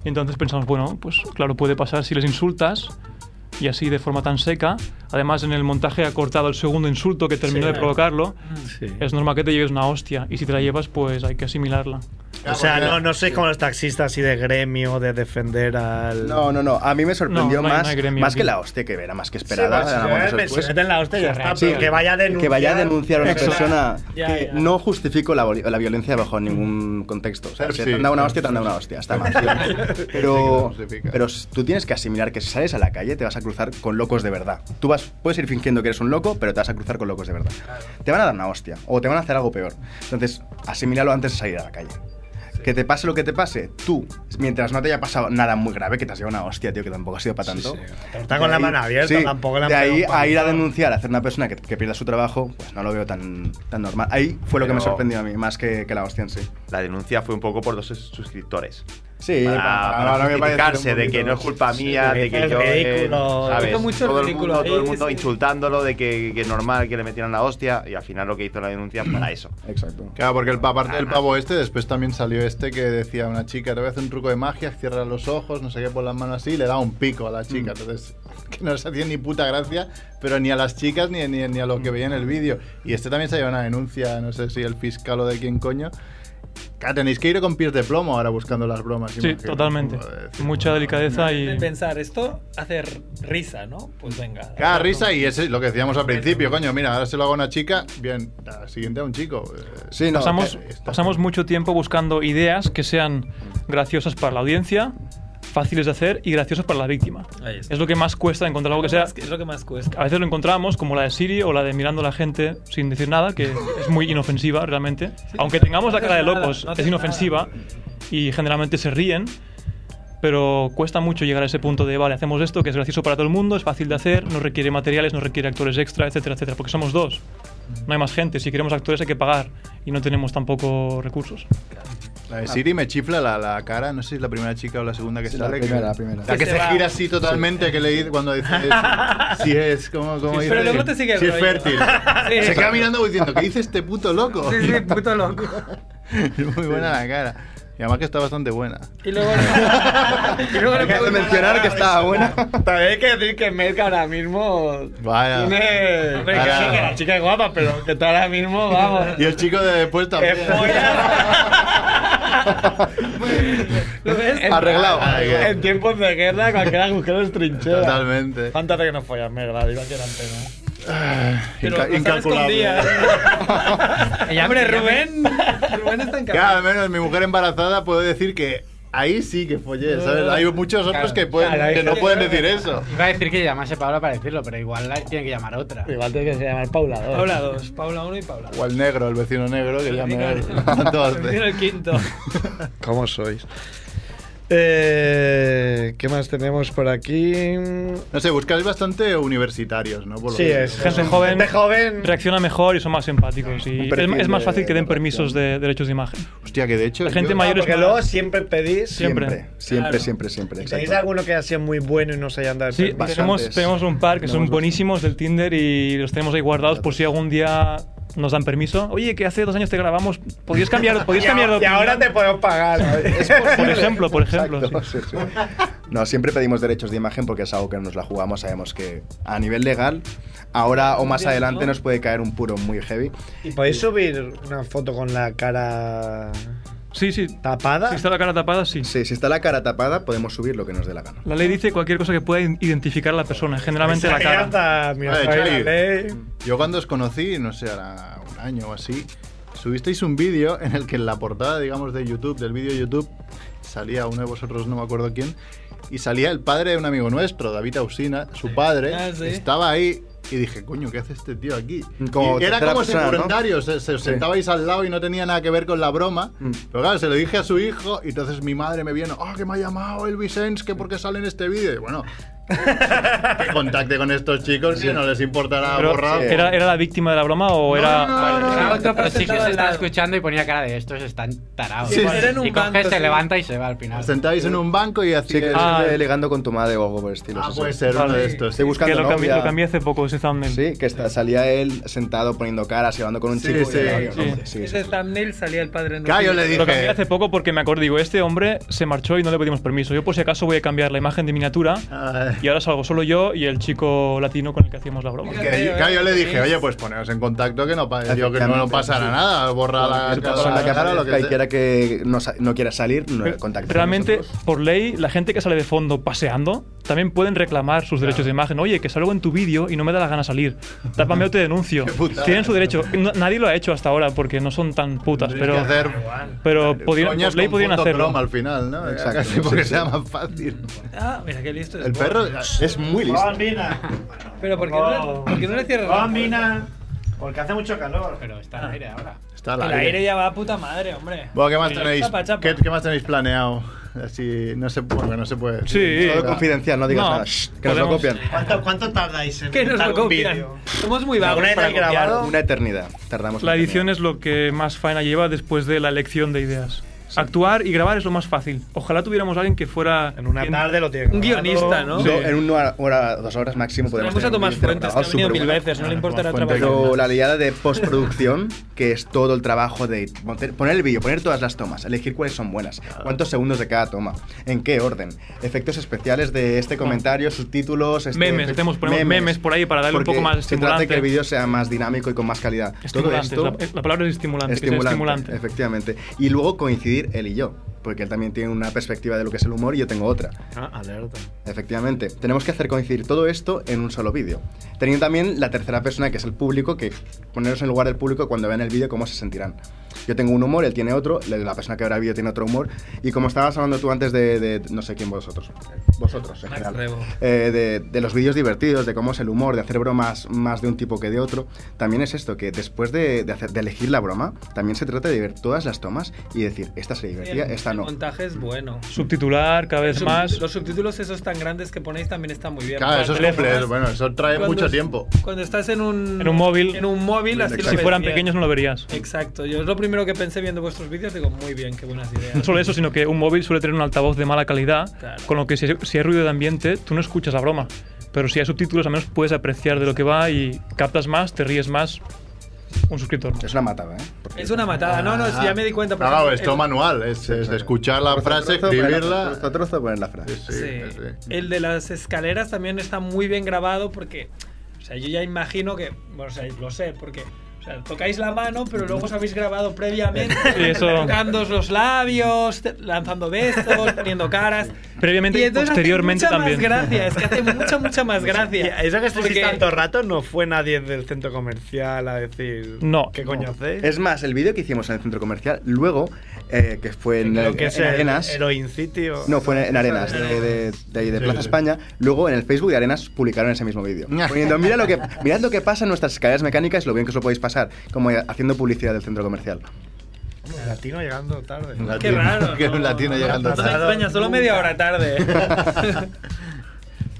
H: Y entonces pensamos, bueno, pues claro, puede pasar si les insultas y así de forma tan seca. Además, en el montaje ha cortado el segundo insulto que terminó
A: Sí.
H: de provocarlo. Es normal que te lleves una hostia y si te la llevas, pues hay que asimilarla.
I: Ah,
A: O sea, no, no sois como los taxistas así de gremio, de defender al.
I: No, no, no. A mí me sorprendió
A: No, no hay-
I: más,
A: no hay gremio
I: más
A: aquí.
I: que la hostia, que era más que
A: Sí,
I: esperada.
A: pues,
I: era
A: si
I: momentos
A: se
I: después.
A: meten la hostia y ya está,
I: Sí.
A: pero que vaya a denunciar.
I: Que vaya a denunciar a una
A: Exacto.
I: persona.
A: Ya,
I: que No justifico la, voli- la violencia bajo ningún contexto. O sea,
B: Sí,
I: si te han dado una
B: sí.
I: hostia, te han dado una hostia. <laughs> Está mal.
A: <laughs>
I: Pero, pero s- tú tienes que asimilar que si sales a la calle te vas a cruzar con locos de verdad. Tú vas, puedes ir fingiendo que eres un loco, pero te vas a cruzar con locos de verdad. Te van a dar una hostia o te van a hacer algo peor. Entonces, asimílalo antes de salir a la calle. Que te pase lo que te pase, tú, mientras no te haya pasado nada muy grave, que te has llevado una hostia, tío, que tampoco ha sido para tanto.
A: Está con
I: De
A: la
I: ahí-
A: mano abierta,
I: sí,
A: tampoco le han
I: De ahí
A: pegado un
I: a ir a
A: palizado.
I: denunciar, a hacer una persona que, que pierda su trabajo, pues no lo veo tan, tan normal. Ahí fue lo que me
N: Pero-
I: sorprendió a mí, más que, que la hostia en sí.
N: La denuncia fue un poco por dos suscriptores.
I: Sí,
N: para,
I: para-
N: para
I: ahora me parece
N: justificarse
I: un
N: de
I: poquito-
N: que no es culpa mía,
I: Sí,
N: de que
I: es
N: yo. eh,
I: ridículo.
N: ¿sabes?
I: Hizo mucho
N: todo
I: ridículo,
N: el mundo, todo el
I: sí,
N: mundo
I: sí.
N: insultándolo, de que, que es normal que le metieran la hostia, y al final lo que hizo la denuncia para eso.
I: Exacto.
B: Claro, porque el, pa- aparte del pavo este, después también salió este que decía una chica, te voy a hacer un truco de magia, cierra los ojos, no sé qué, pon las manos así, y le daba un pico a la chica.
A: Mm.
B: Entonces, <laughs> que no les hacía ni puta gracia, pero ni a las chicas ni, ni, ni a lo que
A: Mm.
B: veía en el vídeo. Y este también se lleva una denuncia, no sé si el fiscal o de quién coño. Claro, tenéis que ir con pies de plomo ahora buscando las bromas.
H: Sí,
B: imagino.
H: totalmente. Mucha delicadeza y...
J: De pensar, esto hace r- risa, ¿no? Pues venga.
B: Cada risa y ese es lo que decíamos al principio, coño, mira, ahora se lo hago a una chica, bien, la siguiente a un chico. eh,
H: pasamos, pasamos mucho tiempo buscando ideas que sean graciosas para la audiencia, fáciles de hacer y graciosas para la víctima.
J: Ahí está.
H: Es lo que más cuesta encontrar algo que sea.
J: Es lo que más cuesta.
H: Pues A veces lo encontramos, como la de Siri o la de mirando a la gente sin decir nada, que es muy inofensiva realmente. Aunque tengamos la
J: no
H: cara de
J: haces nada,
H: locos,
J: no haces
H: es inofensiva y generalmente se ríen. Pero cuesta mucho llegar a ese punto de, vale, hacemos esto, que es gracioso para todo el mundo, es fácil de hacer, no requiere materiales, no requiere actores extra, etcétera, etcétera, porque somos dos. No hay más gente. Si queremos actores hay que pagar y no tenemos tampoco recursos.
B: La de Siri me chifla la, la cara, no sé si es la primera chica o la segunda que
I: Sí, la
B: sale.
I: primera,
B: que-
I: la primera.
B: que
I: Que
B: se
I: se va.
B: gira así totalmente, que le dice cuando dice <laughs> si es, como
I: Sí,
B: dice?
I: pero luego te sigue el
B: Si es
I: rollo.
A: <laughs>
J: <laughs>
B: fértil.
I: Sí.
B: Se queda <laughs> mirando como diciendo, ¿qué dice este puto loco?
J: Sí, sí, puto loco.
B: Es muy buena la cara. Y además que está bastante buena.
J: Y luego.
A: <laughs>
B: y luego
A: Hay que
B: mencionar que estaba buena.
A: También hay que decir que Melka ahora mismo.
B: Vaya.
A: Tiene. Hombre, que sí, que la chica es guapa, pero que está ahora mismo, vamos.
B: Y el chico de después también.
A: Eh, ¿Lo ves?
B: <laughs> Arreglado.
A: Ah, En tiempos de guerra, cualquier agujero es trinchera.
B: Totalmente. Ah,
A: Fántate que no follas, Melka, digo aquí en antena.
B: Inca- incalculable.
A: ¿eh?
J: Hombre, Rubén. Rubén está en
B: Ya, al menos mi mujer embarazada puedo decir que ahí sí que follé, ¿sabes? Hay muchos
L: Claro.
B: otros que, pueden,
L: Claro, hay
B: que no
L: gente
B: pueden
L: que no.
B: decir eso.
L: Iba a decir que llamase Paula para decirlo, pero igual la tiene que llamar otra.
A: Igual tiene que llamar Paula 2.
L: Paula 2, Paula 1 y Paula.
B: O el negro, el vecino negro, que ya me... <laughs>
A: <laughs>
J: el quinto.
A: ¿Cómo sois? Eh, ¿Qué más tenemos por aquí?
B: No sé, buscáis bastante universitarios, ¿no? Por lo
A: Sí,
B: que-
A: es
H: Gente joven,
A: Gente joven.
H: reacciona mejor y son más empáticos. Y es,
B: perfil
H: es más
B: de-
H: fácil que den
B: de
H: permisos de derechos de imagen.
B: Hostia, que de hecho...
H: La gente
B: yo-
J: Ah,
H: mayor es
A: Porque
H: más-
A: luego siempre pedís.
H: Siempre.
I: Siempre,
A: Claro.
I: siempre, siempre.
A: ¿Tenéis
I: exacto.
A: alguno que ha sido muy bueno y no se hayan dado el
H: Sí,
A: permiso?
H: tenemos, tenemos un par que son
A: Tenemos
H: buenísimos del Tinder y los tenemos ahí guardados por si algún día nos dan permiso. Oye, que hace dos años te grabamos, ¿podrías
A: <laughs>
H: cambiar, podrías
A: Y a-
H: cambiar de
A: Y
H: opinión?
A: ahora te podemos pagar.
H: Por ejemplo, por ejemplo. sí.
I: No, siempre pedimos derechos de imagen porque es algo que nos la jugamos, sabemos que a nivel legal, ahora o más adelante nos puede caer un puro muy heavy.
A: ¿Y podéis subir una foto con la cara
H: Sí, sí.
A: tapada?
H: Si está la cara tapada, sí.
I: Sí, si está la cara tapada, podemos subir lo que nos dé la gana.
H: La ley dice cualquier cosa que pueda in- identificar a la persona, generalmente la cara.
J: Ah,
B: Vale, Charlie, yo cuando os conocí, no sé, hará un año o así, subisteis un vídeo en el que en la portada, digamos, de YouTube, del vídeo YouTube, salía uno de vosotros, no me acuerdo quién, y salía el padre de un amigo nuestro, David Ausina, su padre,
J: Ah, sí.
B: estaba ahí y dije, coño, ¿qué hace este tío aquí?
I: Como
B: Y era
I: tercera
B: como
I: persona, ¿no?
B: secundario, se, se os
I: Sí.
B: sentabais al lado y no tenía nada que ver con la broma,
I: Mm.
B: pero claro, se lo dije a su hijo y entonces mi madre me vino, ah, que me ha llamado el Vicens, que por qué sale en este vídeo, y bueno... que contacte con estos chicos que no les importará
H: Pero,
B: borrar.
H: ¿era, ¿Era la víctima de la broma o era.?
J: Ah,
L: Pero sí que se estaba escuchando y ponía cara de estos están tarados.
B: Sí, sí, sí.
L: y coge, se levanta y se va al final.
B: Sentáis en un banco y
I: Sí,
B: hacéis.
I: que
B: Ah,
I: estoy ligando con tu madre o algo por el estilo.
B: Ah,
I: sí,
B: puede
I: sí.
B: ser uno de estos.
I: Estoy buscando
H: que lo, cambié,
I: novia.
H: lo cambié hace poco, ese thumbnail.
I: Sí, que está- salía él sentado poniendo caras y hablando con un
B: Sí,
I: chico. y
B: sí,
I: era novia,
H: sí.
I: ¿no? sí, sí.
J: Ese thumbnail salía el padre en
B: Claro, yo le
H: Lo
B: dije-
H: cambié hace poco porque me acordé, digo, este hombre se marchó y no le pedimos permiso. Yo por si acaso voy a cambiar la imagen de miniatura
B: Ah,
H: y ahora salgo solo yo y el chico latino con el que hacíamos la broma.
B: que yo- claro, yo le dije, oye, pues poneos en contacto que no, pa- yo que no, no pasará nada, borra la,
I: Se pasó la
B: cara o
I: cámara,
B: lo que sea.
I: cualquiera que no, sa- no quiera salir, no contacta.
H: Realmente, por ley, la gente que sale de fondo paseando también pueden reclamar sus derechos de imagen. Oye, que salgo en tu vídeo y no me da la gana salir. Tápame o te
B: <laughs>
H: denuncio.
B: putada.
H: Tienen su derecho. No- nadie lo ha hecho hasta ahora porque no son tan putas,
B: Tienes
H: pero,
B: que hacer
H: pero podrían,
B: coñas
H: por ley
B: con
H: podrían
B: Fotochrome
H: hacerlo.
B: al final, ¿no?
I: Exacto,
B: Casi porque
I: Eh, sí, sí.
B: sea más fácil.
J: Ah, mira qué listo es.
B: El perro es muy listo.
J: Pero ¿por qué no, ¿por qué no le cierras la
A: Bambina. Porque hace mucho calor. Ah.
L: Pero está en aire ahora.
B: Está
J: puerta?
B: la
J: El aire ya va a puta madre, hombre.
B: Bueno, ¿qué más
J: Sí.
B: tenéis?
J: Chapa, chapa.
B: ¿Qué, qué más tenéis planeado? Así, no se, bueno, no se puede. decir.
H: Sí.
I: Todo confidencial, no digas
H: No,
I: nada. Shh, que nos lo
H: podemos-
I: copian.
A: ¿Cuánto, cuánto tardáis en
J: Que nos
A: montar
J: lo
A: un
J: copian.
A: vídeo?
J: Somos muy vagos.
A: ¿Alguna vez
J: para
A: habéis
J: copiar.
A: grabado?
I: Una eternidad. Tardamos
H: La
I: una
H: edición
I: eternidad.
H: es lo que más faena lleva después de la elección de ideas. Actuar y grabar es lo más fácil. Ojalá tuviéramos alguien que fuera.
A: En una
H: quien-
A: tarde lo tiene.
J: Un guionista, ¿no?
H: Sí.
I: Do- En una hora- hora, dos horas máximo podemos.
J: Tenemos a
I: tener un
J: Tomás
I: vídeo, pero
J: Fuentes, que ha
I: grabado
J: venido mil
I: superbueno.
J: veces, no le importará
B: Tomás Fuentes,
J: trabajar.
I: Pero la
H: <laughs>
I: liada de postproducción, que es todo el trabajo de monter- poner el vídeo, poner todas las tomas, elegir cuáles son buenas,
H: Ah.
I: cuántos segundos de cada toma, en qué orden, efectos especiales de este comentario, subtítulos, este-
H: Memes, hacemos- ponemos memes por ahí para darle un
I: porque
H: poco más
I: Se trata de
H: estimulante.
I: que el vídeo sea más dinámico y con más calidad. Todo
H: Estimulante.
I: esto
H: la, la palabra es estimulante. que sea
I: estimulante,
H: estimulante.
I: efectivamente. Y luego coincidir él y yo, porque él también tiene una perspectiva de lo que es el humor y yo tengo otra.
A: Ah, alerta.
I: Efectivamente, tenemos que hacer coincidir todo esto en un solo vídeo. Teniendo también la tercera persona, que es el público, que poneros en lugar del público cuando vean el vídeo cómo se sentirán. yo tengo un humor, él tiene otro, la persona que verá el vídeo tiene otro humor. Y como estabas hablando tú antes de, de- no sé quién vosotros, vosotros en
M: Max
I: general,
M: Rebo.
I: eh, de, de los vídeos divertidos, de cómo es el humor, de hacer bromas más de un tipo que de otro, también es esto, que después de, de hacer, de elegir la broma, también se trata de ver todas las tomas y decir, esta se divertía,
J: El-
I: esta
J: el
I: no.
J: montaje es bueno.
H: Subtitular cada vez
J: Sub-
H: más.
J: Los subtítulos esos tan grandes que ponéis también están muy bien.
H: Claro,
J: Para
H: eso es
J: teléfonos.
H: complejo, bueno, eso trae mucho
J: es-
H: tiempo.
J: Cuando estás en un,
H: En un móvil.
J: En un móvil, así lo
H: si
J: ves
H: fueran
J: bien.
H: pequeños no lo verías.
J: Exacto, yo es lo primero que pensé viendo vuestros vídeos, digo, muy bien, qué buenas ideas.
H: No solo eso, sino que un móvil suele tener un altavoz de mala calidad,
J: Claro.
H: con lo que si, si hay ruido de ambiente, tú no escuchas la broma. Pero si hay subtítulos, al menos puedes apreciar de lo que va y captas más, te ríes más. Un suscriptor más.
I: Es una matada, ¿eh?
J: Es una matada, Ah, no, no,
I: Ah.
J: sí, ya me di cuenta. por
B: No, no,
J: ejemplo,
B: es todo
J: el-
B: manual, es, es de escuchar la
I: Trozo a
B: frase,
I: trozo, poner la-
B: escribirla.
I: trozo a trozo, poner la frase.
J: Sí. El de las escaleras también está muy bien grabado porque, o sea, yo ya imagino que, bueno, o sea, lo sé, porque, o sea, tocáis la mano, pero luego os habéis grabado previamente,
H: Sí, eso.
J: tocando los labios, te- lanzando besos, poniendo caras.
H: Previamente
J: y
H: y
J: entonces hace
H: posteriormente
J: mucha
H: también.
J: Más gracia, es que hace mucha, mucha más gracia.
M: Eso que estuvisteis
J: Porque-
M: tanto rato no fue nadie del centro comercial a decir. ¿Qué coño hacéis?
I: Es más, el vídeo que hicimos en el centro comercial, luego, eh, que fue en,
M: Creo
I: el-
M: que es
I: en
M: el
I: Arenas.
M: Heroin City o- eh,
I: No, fue en, en Arenas, de, de- de ahí de
M: Sí,
I: Plaza
M: sí.
I: España. Luego en el Facebook de Arenas publicaron ese mismo vídeo. Poniendo, mira lo que, mirad lo que pasa en nuestras escaleras mecánicas, lo bien que os lo podéis pasar, como haciendo publicidad del centro comercial.
M: Un latino llegando tarde.
I: Qué raro,
B: <laughs> Que un latino llegando
J: No me extraña, solo media
B: <laughs>
J: hora tarde.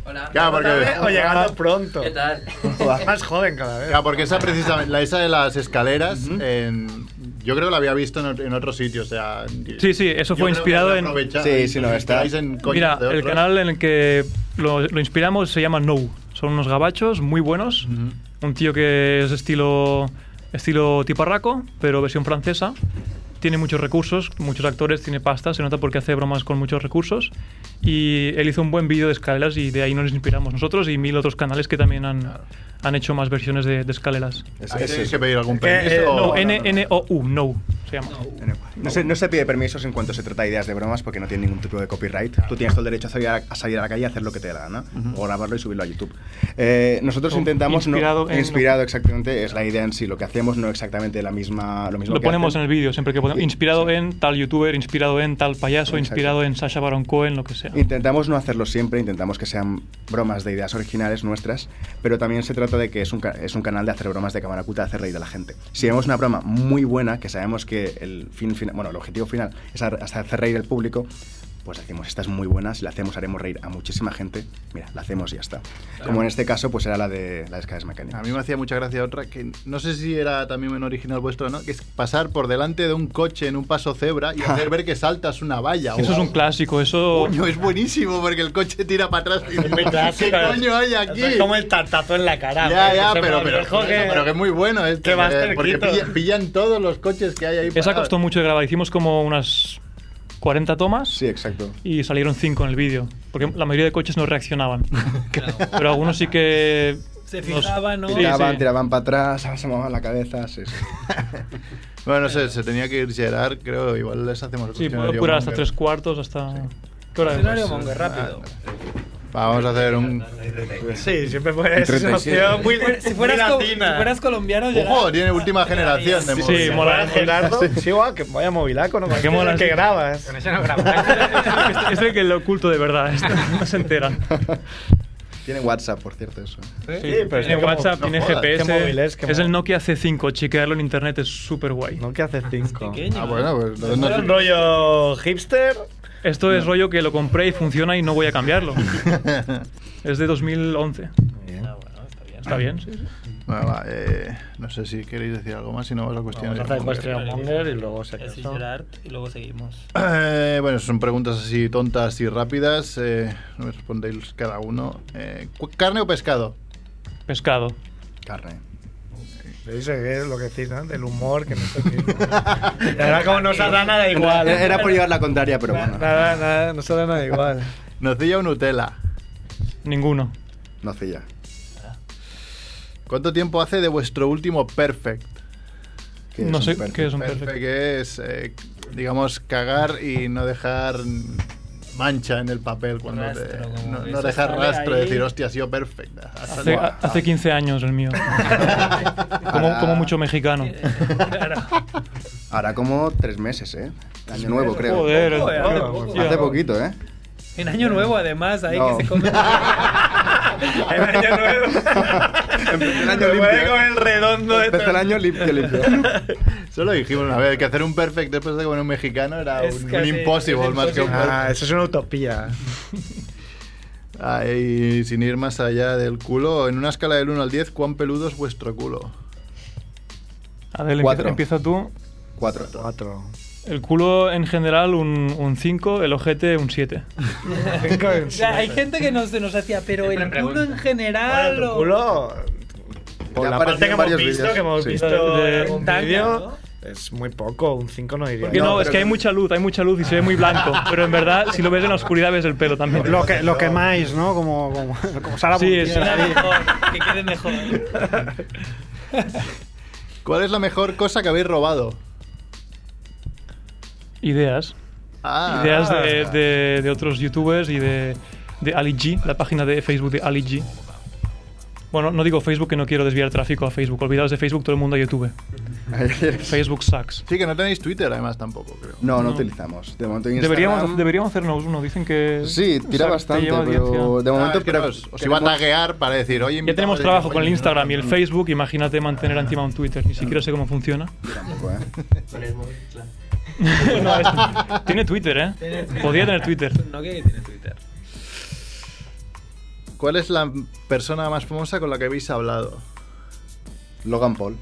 B: Hola. Claro, Ah, porque,
M: O llegando pronto.
J: ¿Qué tal?
M: Más joven cada vez.
B: Claro, porque esa precisamente, la, esa de las escaleras, en- yo creo que la había visto en, ot- en otros sitios. O sea,
H: Sí, sí, eso fue inspirado en. Mira, el canal en el que lo, lo inspiramos se llama No. Son unos gabachos muy buenos. Un tío que es estilo, estilo tiparraco, pero versión francesa. Tiene muchos recursos, muchos actores, tiene pasta, se nota porque hace bromas con muchos recursos. Y él hizo un buen vídeo de escaleras y de ahí nos inspiramos nosotros y mil otros canales que también han, han hecho más versiones de, de escaleras.
B: Ahí tenéis que pedir algún
H: Eh,
B: permiso.
H: no,
B: o-
H: N- N-O-U, no, se llama.
I: No se, no se pide permisos en cuanto se trata de ideas de bromas porque no tiene ningún tipo de copyright. Tú tienes todo el derecho a salir a, a salir a la calle y hacer lo que te dé la gana, o grabarlo y subirlo a YouTube. Eh, nosotros
H: O
I: intentamos. no-
H: inspirado en-
I: inspirado, exactamente, es la idea en sí. Lo que hacemos no exactamente la misma, lo mismo
H: Lo
I: que
H: ponemos
I: hacen.
H: en el vídeo siempre que podemos. Inspirado en tal youtuber, inspirado en tal payaso,
I: Exacto.
H: inspirado en Sasha Baron Cohen, lo que sea.
I: Intentamos no hacerlo siempre, intentamos que sean bromas de ideas originales nuestras, pero también se trata de que es un, ca- es un canal de hacer bromas de cámara oculta, de hacer reír a la gente. Si vemos una broma muy buena, que sabemos que el fin, fina- bueno, el objetivo final es ha- hasta hacer reír al público, pues decimos, esta es muy buena, si la hacemos haremos reír a muchísima gente, mira, la hacemos y ya está. Como en este caso, pues era la de las escaleras mecánicas.
B: A mí me hacía mucha gracia otra que no sé si era también un original vuestro, ¿no? Que es pasar por delante de un coche en un paso cebra y hacer ver que saltas una valla. o
H: Eso es un
B: algo.
H: clásico, eso.
B: Coño, es buenísimo porque el coche tira para atrás y dice,
H: ¿eh?
B: ¿qué
M: Claro.
B: coño hay aquí?
M: Es como el tartazo en la cara.
B: Ya,
M: ¿no?
B: ya,
M: Ese
B: pero,
M: más
B: pero,
M: viejo
B: pero que... es muy bueno este.
M: que vas
B: eh, porque
M: cerquito.
B: pilla- pillan todos los coches que hay ahí.
H: Esa
B: parados.
H: costó mucho de grabar. Hicimos como unas 40 tomas. Sí,
I: exacto.
H: Y salieron 5 en el vídeo. Porque la mayoría de coches no
I: <laughs>
H: reaccionaban. Pero algunos sí que.
J: Se
H: nos-
J: fijaban, ¿no?
H: Sí,
I: Tiraban,
H: sí.
I: tiraban para atrás, <laughs> asomaban la cabeza, sí, sí.
B: Bueno, no sé, se tenía que ir Gerard, creo. Igual les hacemos el
H: Sí, puedo
B: cuestionario
H: apurar hasta
B: Monger.
H: tres cuartos, hasta. ¿Qué hora
J: Escenario
H: es?
J: Monger, rápido.
B: Va, Vamos a hacer un.
M: Sí, siempre puedes. Es una opción muy,
J: si, fueras
M: muy
J: co- si
M: latina.
J: fueras colombiano,
B: Ojo,
J: Gerard,
B: tiene última generación de
M: Sí,
B: móviles.
M: sí, mola. Gerardo, sí, guau, que vaya movilaco, ¿no?
H: Qué mola.
M: Que grabas.
H: Es el Ah, este, que lo oculto de verdad, esto no se enteran.
I: <laughs> Tiene WhatsApp, por cierto, eso.
M: Sí, pero es
H: tiene
M: como-
H: WhatsApp,
M: no
H: tiene
M: jodas.
H: GPS.
M: Qué móvil es,
H: es,
M: qué
H: el Nokia C5, chequearlo en internet es súper guay.
M: Nokia C5.
B: Ah, bueno, pues no- no-
M: ¿Era un rollo hipster?
H: Esto es rollo que lo compré y funciona y no voy a
B: <laughs>
H: cambiarlo. es de 2011. Está bien, sí. sí.
B: Bueno, va, eh, no sé si queréis decir algo más, si no, vas a cuestionar.
M: Vamos a hacer cuestionario Monger y luego se
J: es Gerard y luego seguimos.
B: Eh, bueno, son preguntas así tontas y rápidas. eh, me respondéis cada uno. Eh, cu- ¿Carne o pescado?
H: Pescado.
I: Carne.
M: Veis que es lo que decís, ¿no? Del humor, que no sé qué. <laughs> La verdad, como no se da nada igual.
I: Era, era por llevar la contraria, pero bueno.
M: Nada, nada, no se da nada igual.
B: ¿Nocilla o Nutella?
H: Ninguno.
I: Nocilla.
B: ¿Cuánto tiempo hace de vuestro último perfect?
H: ¿Qué es No un sé, perfect? ¿qué es un perfect?
B: que es, eh, digamos, cagar y no dejar mancha en el papel cuando te-
J: Rastro, como
B: no, no
J: eso
B: dejar
J: sale
B: rastro,
J: ahí.
B: decir, hostia, ha sido perfect.
H: Hace, a- hace
B: <laughs>
H: 15 años el mío. como, como mucho mexicano.
I: Hará como tres meses, ¿eh? Año
J: meses.
I: nuevo, creo. ¿eh?
J: Joder, Joder, hace
I: hace
J: poco.
I: Hace poquito, ¿eh?
J: En Año Nuevo, además, ahí
I: No.
J: que se come. en Año Nuevo.
I: el año limpio.
J: con el redondo de
I: Empezó el año limpio, limpio.
J: <laughs>
B: Solo dijimos una vez que hacer un perfect después de comer un mexicano era
M: Es
B: un,
M: casi-
B: un impossible
M: es
B: más que un
M: imposible.
B: perfect.
M: Ah, eso es una utopía.
B: Ah, y sin ir más allá del culo, en una escala del 1 al 10, ¿cuán peludo es vuestro culo?
H: Adel,
B: Cuatro.
H: empieza, empieza tú.
I: Cuatro.
M: Cuatro.
H: El culo en general un 5, el ojete un 7.
J: O sea, hay gente que nos, nos hacía, pero el culo en general.
M: Bueno, tu
J: o-
M: culo,
J: <laughs>
M: por la parte que hemos
H: varios
M: visto,
H: vídeos.
M: que hemos
H: Sí.
M: visto
H: De-
M: en un
H: montaña,
M: vídeo, es muy poco, un 5 no diría.
H: Porque no, es que hay mucha luz, hay mucha luz y se ve muy blanco. pero en verdad, si lo ves en la oscuridad, ves el pelo también.
C: Lo que, lo quemáis, ¿no? Como, como, como Sara
H: Sí,
C: Montiel,
H: sí.
C: ahí.
J: Que quede mejor.
B: ¿Cuál es la mejor cosa que habéis robado?
H: Ideas.
B: Ah.
H: Ideas de, de- de otros youtubers y de, de Ali G, la página de Facebook de Ali G. Bueno, no digo Facebook que no quiero desviar tráfico a Facebook. Olvidaos de Facebook, todo el mundo a
B: <laughs>
H: YouTube. Facebook sucks.
B: Sí, que no tenéis Twitter además tampoco, creo.
I: No, no,
H: No.
I: utilizamos. De momento Instagram...
H: Deberíamos, deberíamos hacernos uno. Dicen que.
I: Sí,
H: o
I: tira
H: sea, te
I: bastante,
H: lleva
I: pero
H: audiencia.
I: de momento...
B: Ah, es que
I: pero-
B: os- os iba a
I: queremos-
B: taguear para decir, oye,
H: Ya tenemos
B: invitado de-
H: trabajo con el
B: oye,
H: Instagram y el Facebook. Imagínate mantener encima un Twitter. Ni siquiera sé cómo funciona.
I: ¿eh?
J: Con el móvil, claro.
H: No, es- tiene Twitter, ¿eh?
J: Tiene Twitter.
H: Podría tener Twitter.
J: No, que tiene Twitter.
B: ¿Cuál es la persona más famosa con la que habéis hablado?
I: Logan Paul.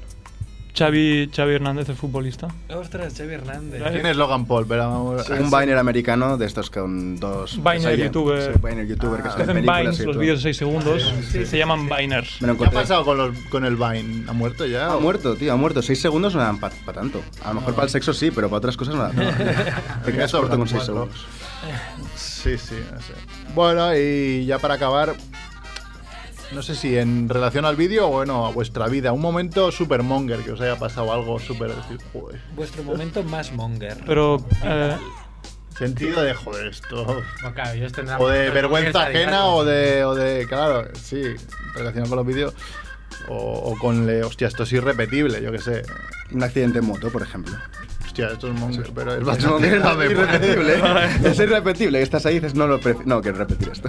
H: Xavi, Xavi Hernández, el futbolista.
J: Ostras, Xavi Hernández.
B: ¿Quién es Logan Paul? Pero vamos-
I: Un Viner americano de estos con dos...
H: Viner
I: que se-
H: youtuber.
I: Sí, Viner youtuber que
H: Ah,
I: sale en
H: hacen
I: películas
H: Vines,
I: y
H: los
I: todo.
H: vídeos de 6 segundos. se llaman Viners.
I: Me lo
B: ¿Qué ha
I: encontré.
B: pasado con, los- con el Vine? ¿Ha muerto ya?
I: Ha
B: o- Ah.
I: muerto, tío, ha muerto. Seis segundos no dan para tanto. A lo mejor para el sexo sí, pero para otras cosas
B: <laughs>
I: no dan. Te quedas corto con seis
B: Cuatro.
I: segundos.
B: Sí, sí, no sé. Bueno, y ya para acabar, no sé si en relación al vídeo o bueno, a vuestra vida, un momento supermonger que os haya pasado algo super decir, joder.
J: Vuestro momento más monger.
H: Pero. eh,
B: Sentido de joder esto.
L: No, claro, ellos tendrán
B: O de
L: muchos
B: vergüenza
L: monger
B: ajena
L: satánicos.
B: o de, o de. Claro, sí, relacionado con los vídeos. O, o con le. Hostia, esto es irrepetible, yo qué sé.
I: Un accidente en moto, por ejemplo.
B: Hostia, esto es monger, pero
I: <laughs>
B: es
I: Es un-
B: bastante grave. pues.
I: es
B: <laughs>
I: irrepetible. ¿eh?
B: Vale.
I: Es irrepetible. que Estás ahí y dices, no, lo pre- no, quiero repetir esto.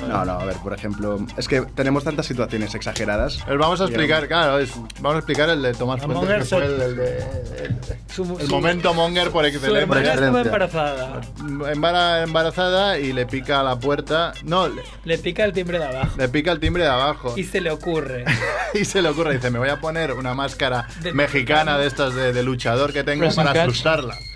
B: Ah.
I: No, no, a ver, por ejemplo, es que tenemos tantas situaciones exageradas.
B: Os Vamos a
I: Y
B: explicar, claro, es- vamos a explicar el de Tomás Fuentes, que fue el, el de- el momento monger por
J: Su
B: excelencia.
J: hermana estaba embarazada.
B: Embara- embarazada y le pica a la puerta. No, le,
J: Le pica el timbre de abajo.
B: le pica el timbre de abajo.
J: Y se le ocurre.
B: <laughs> Y se le ocurre, dice, me voy a poner una máscara
J: De-
B: mexicana de estas de, de luchador que tengo
H: Wrestling
B: para
H: catch.
B: asustarla. <laughs>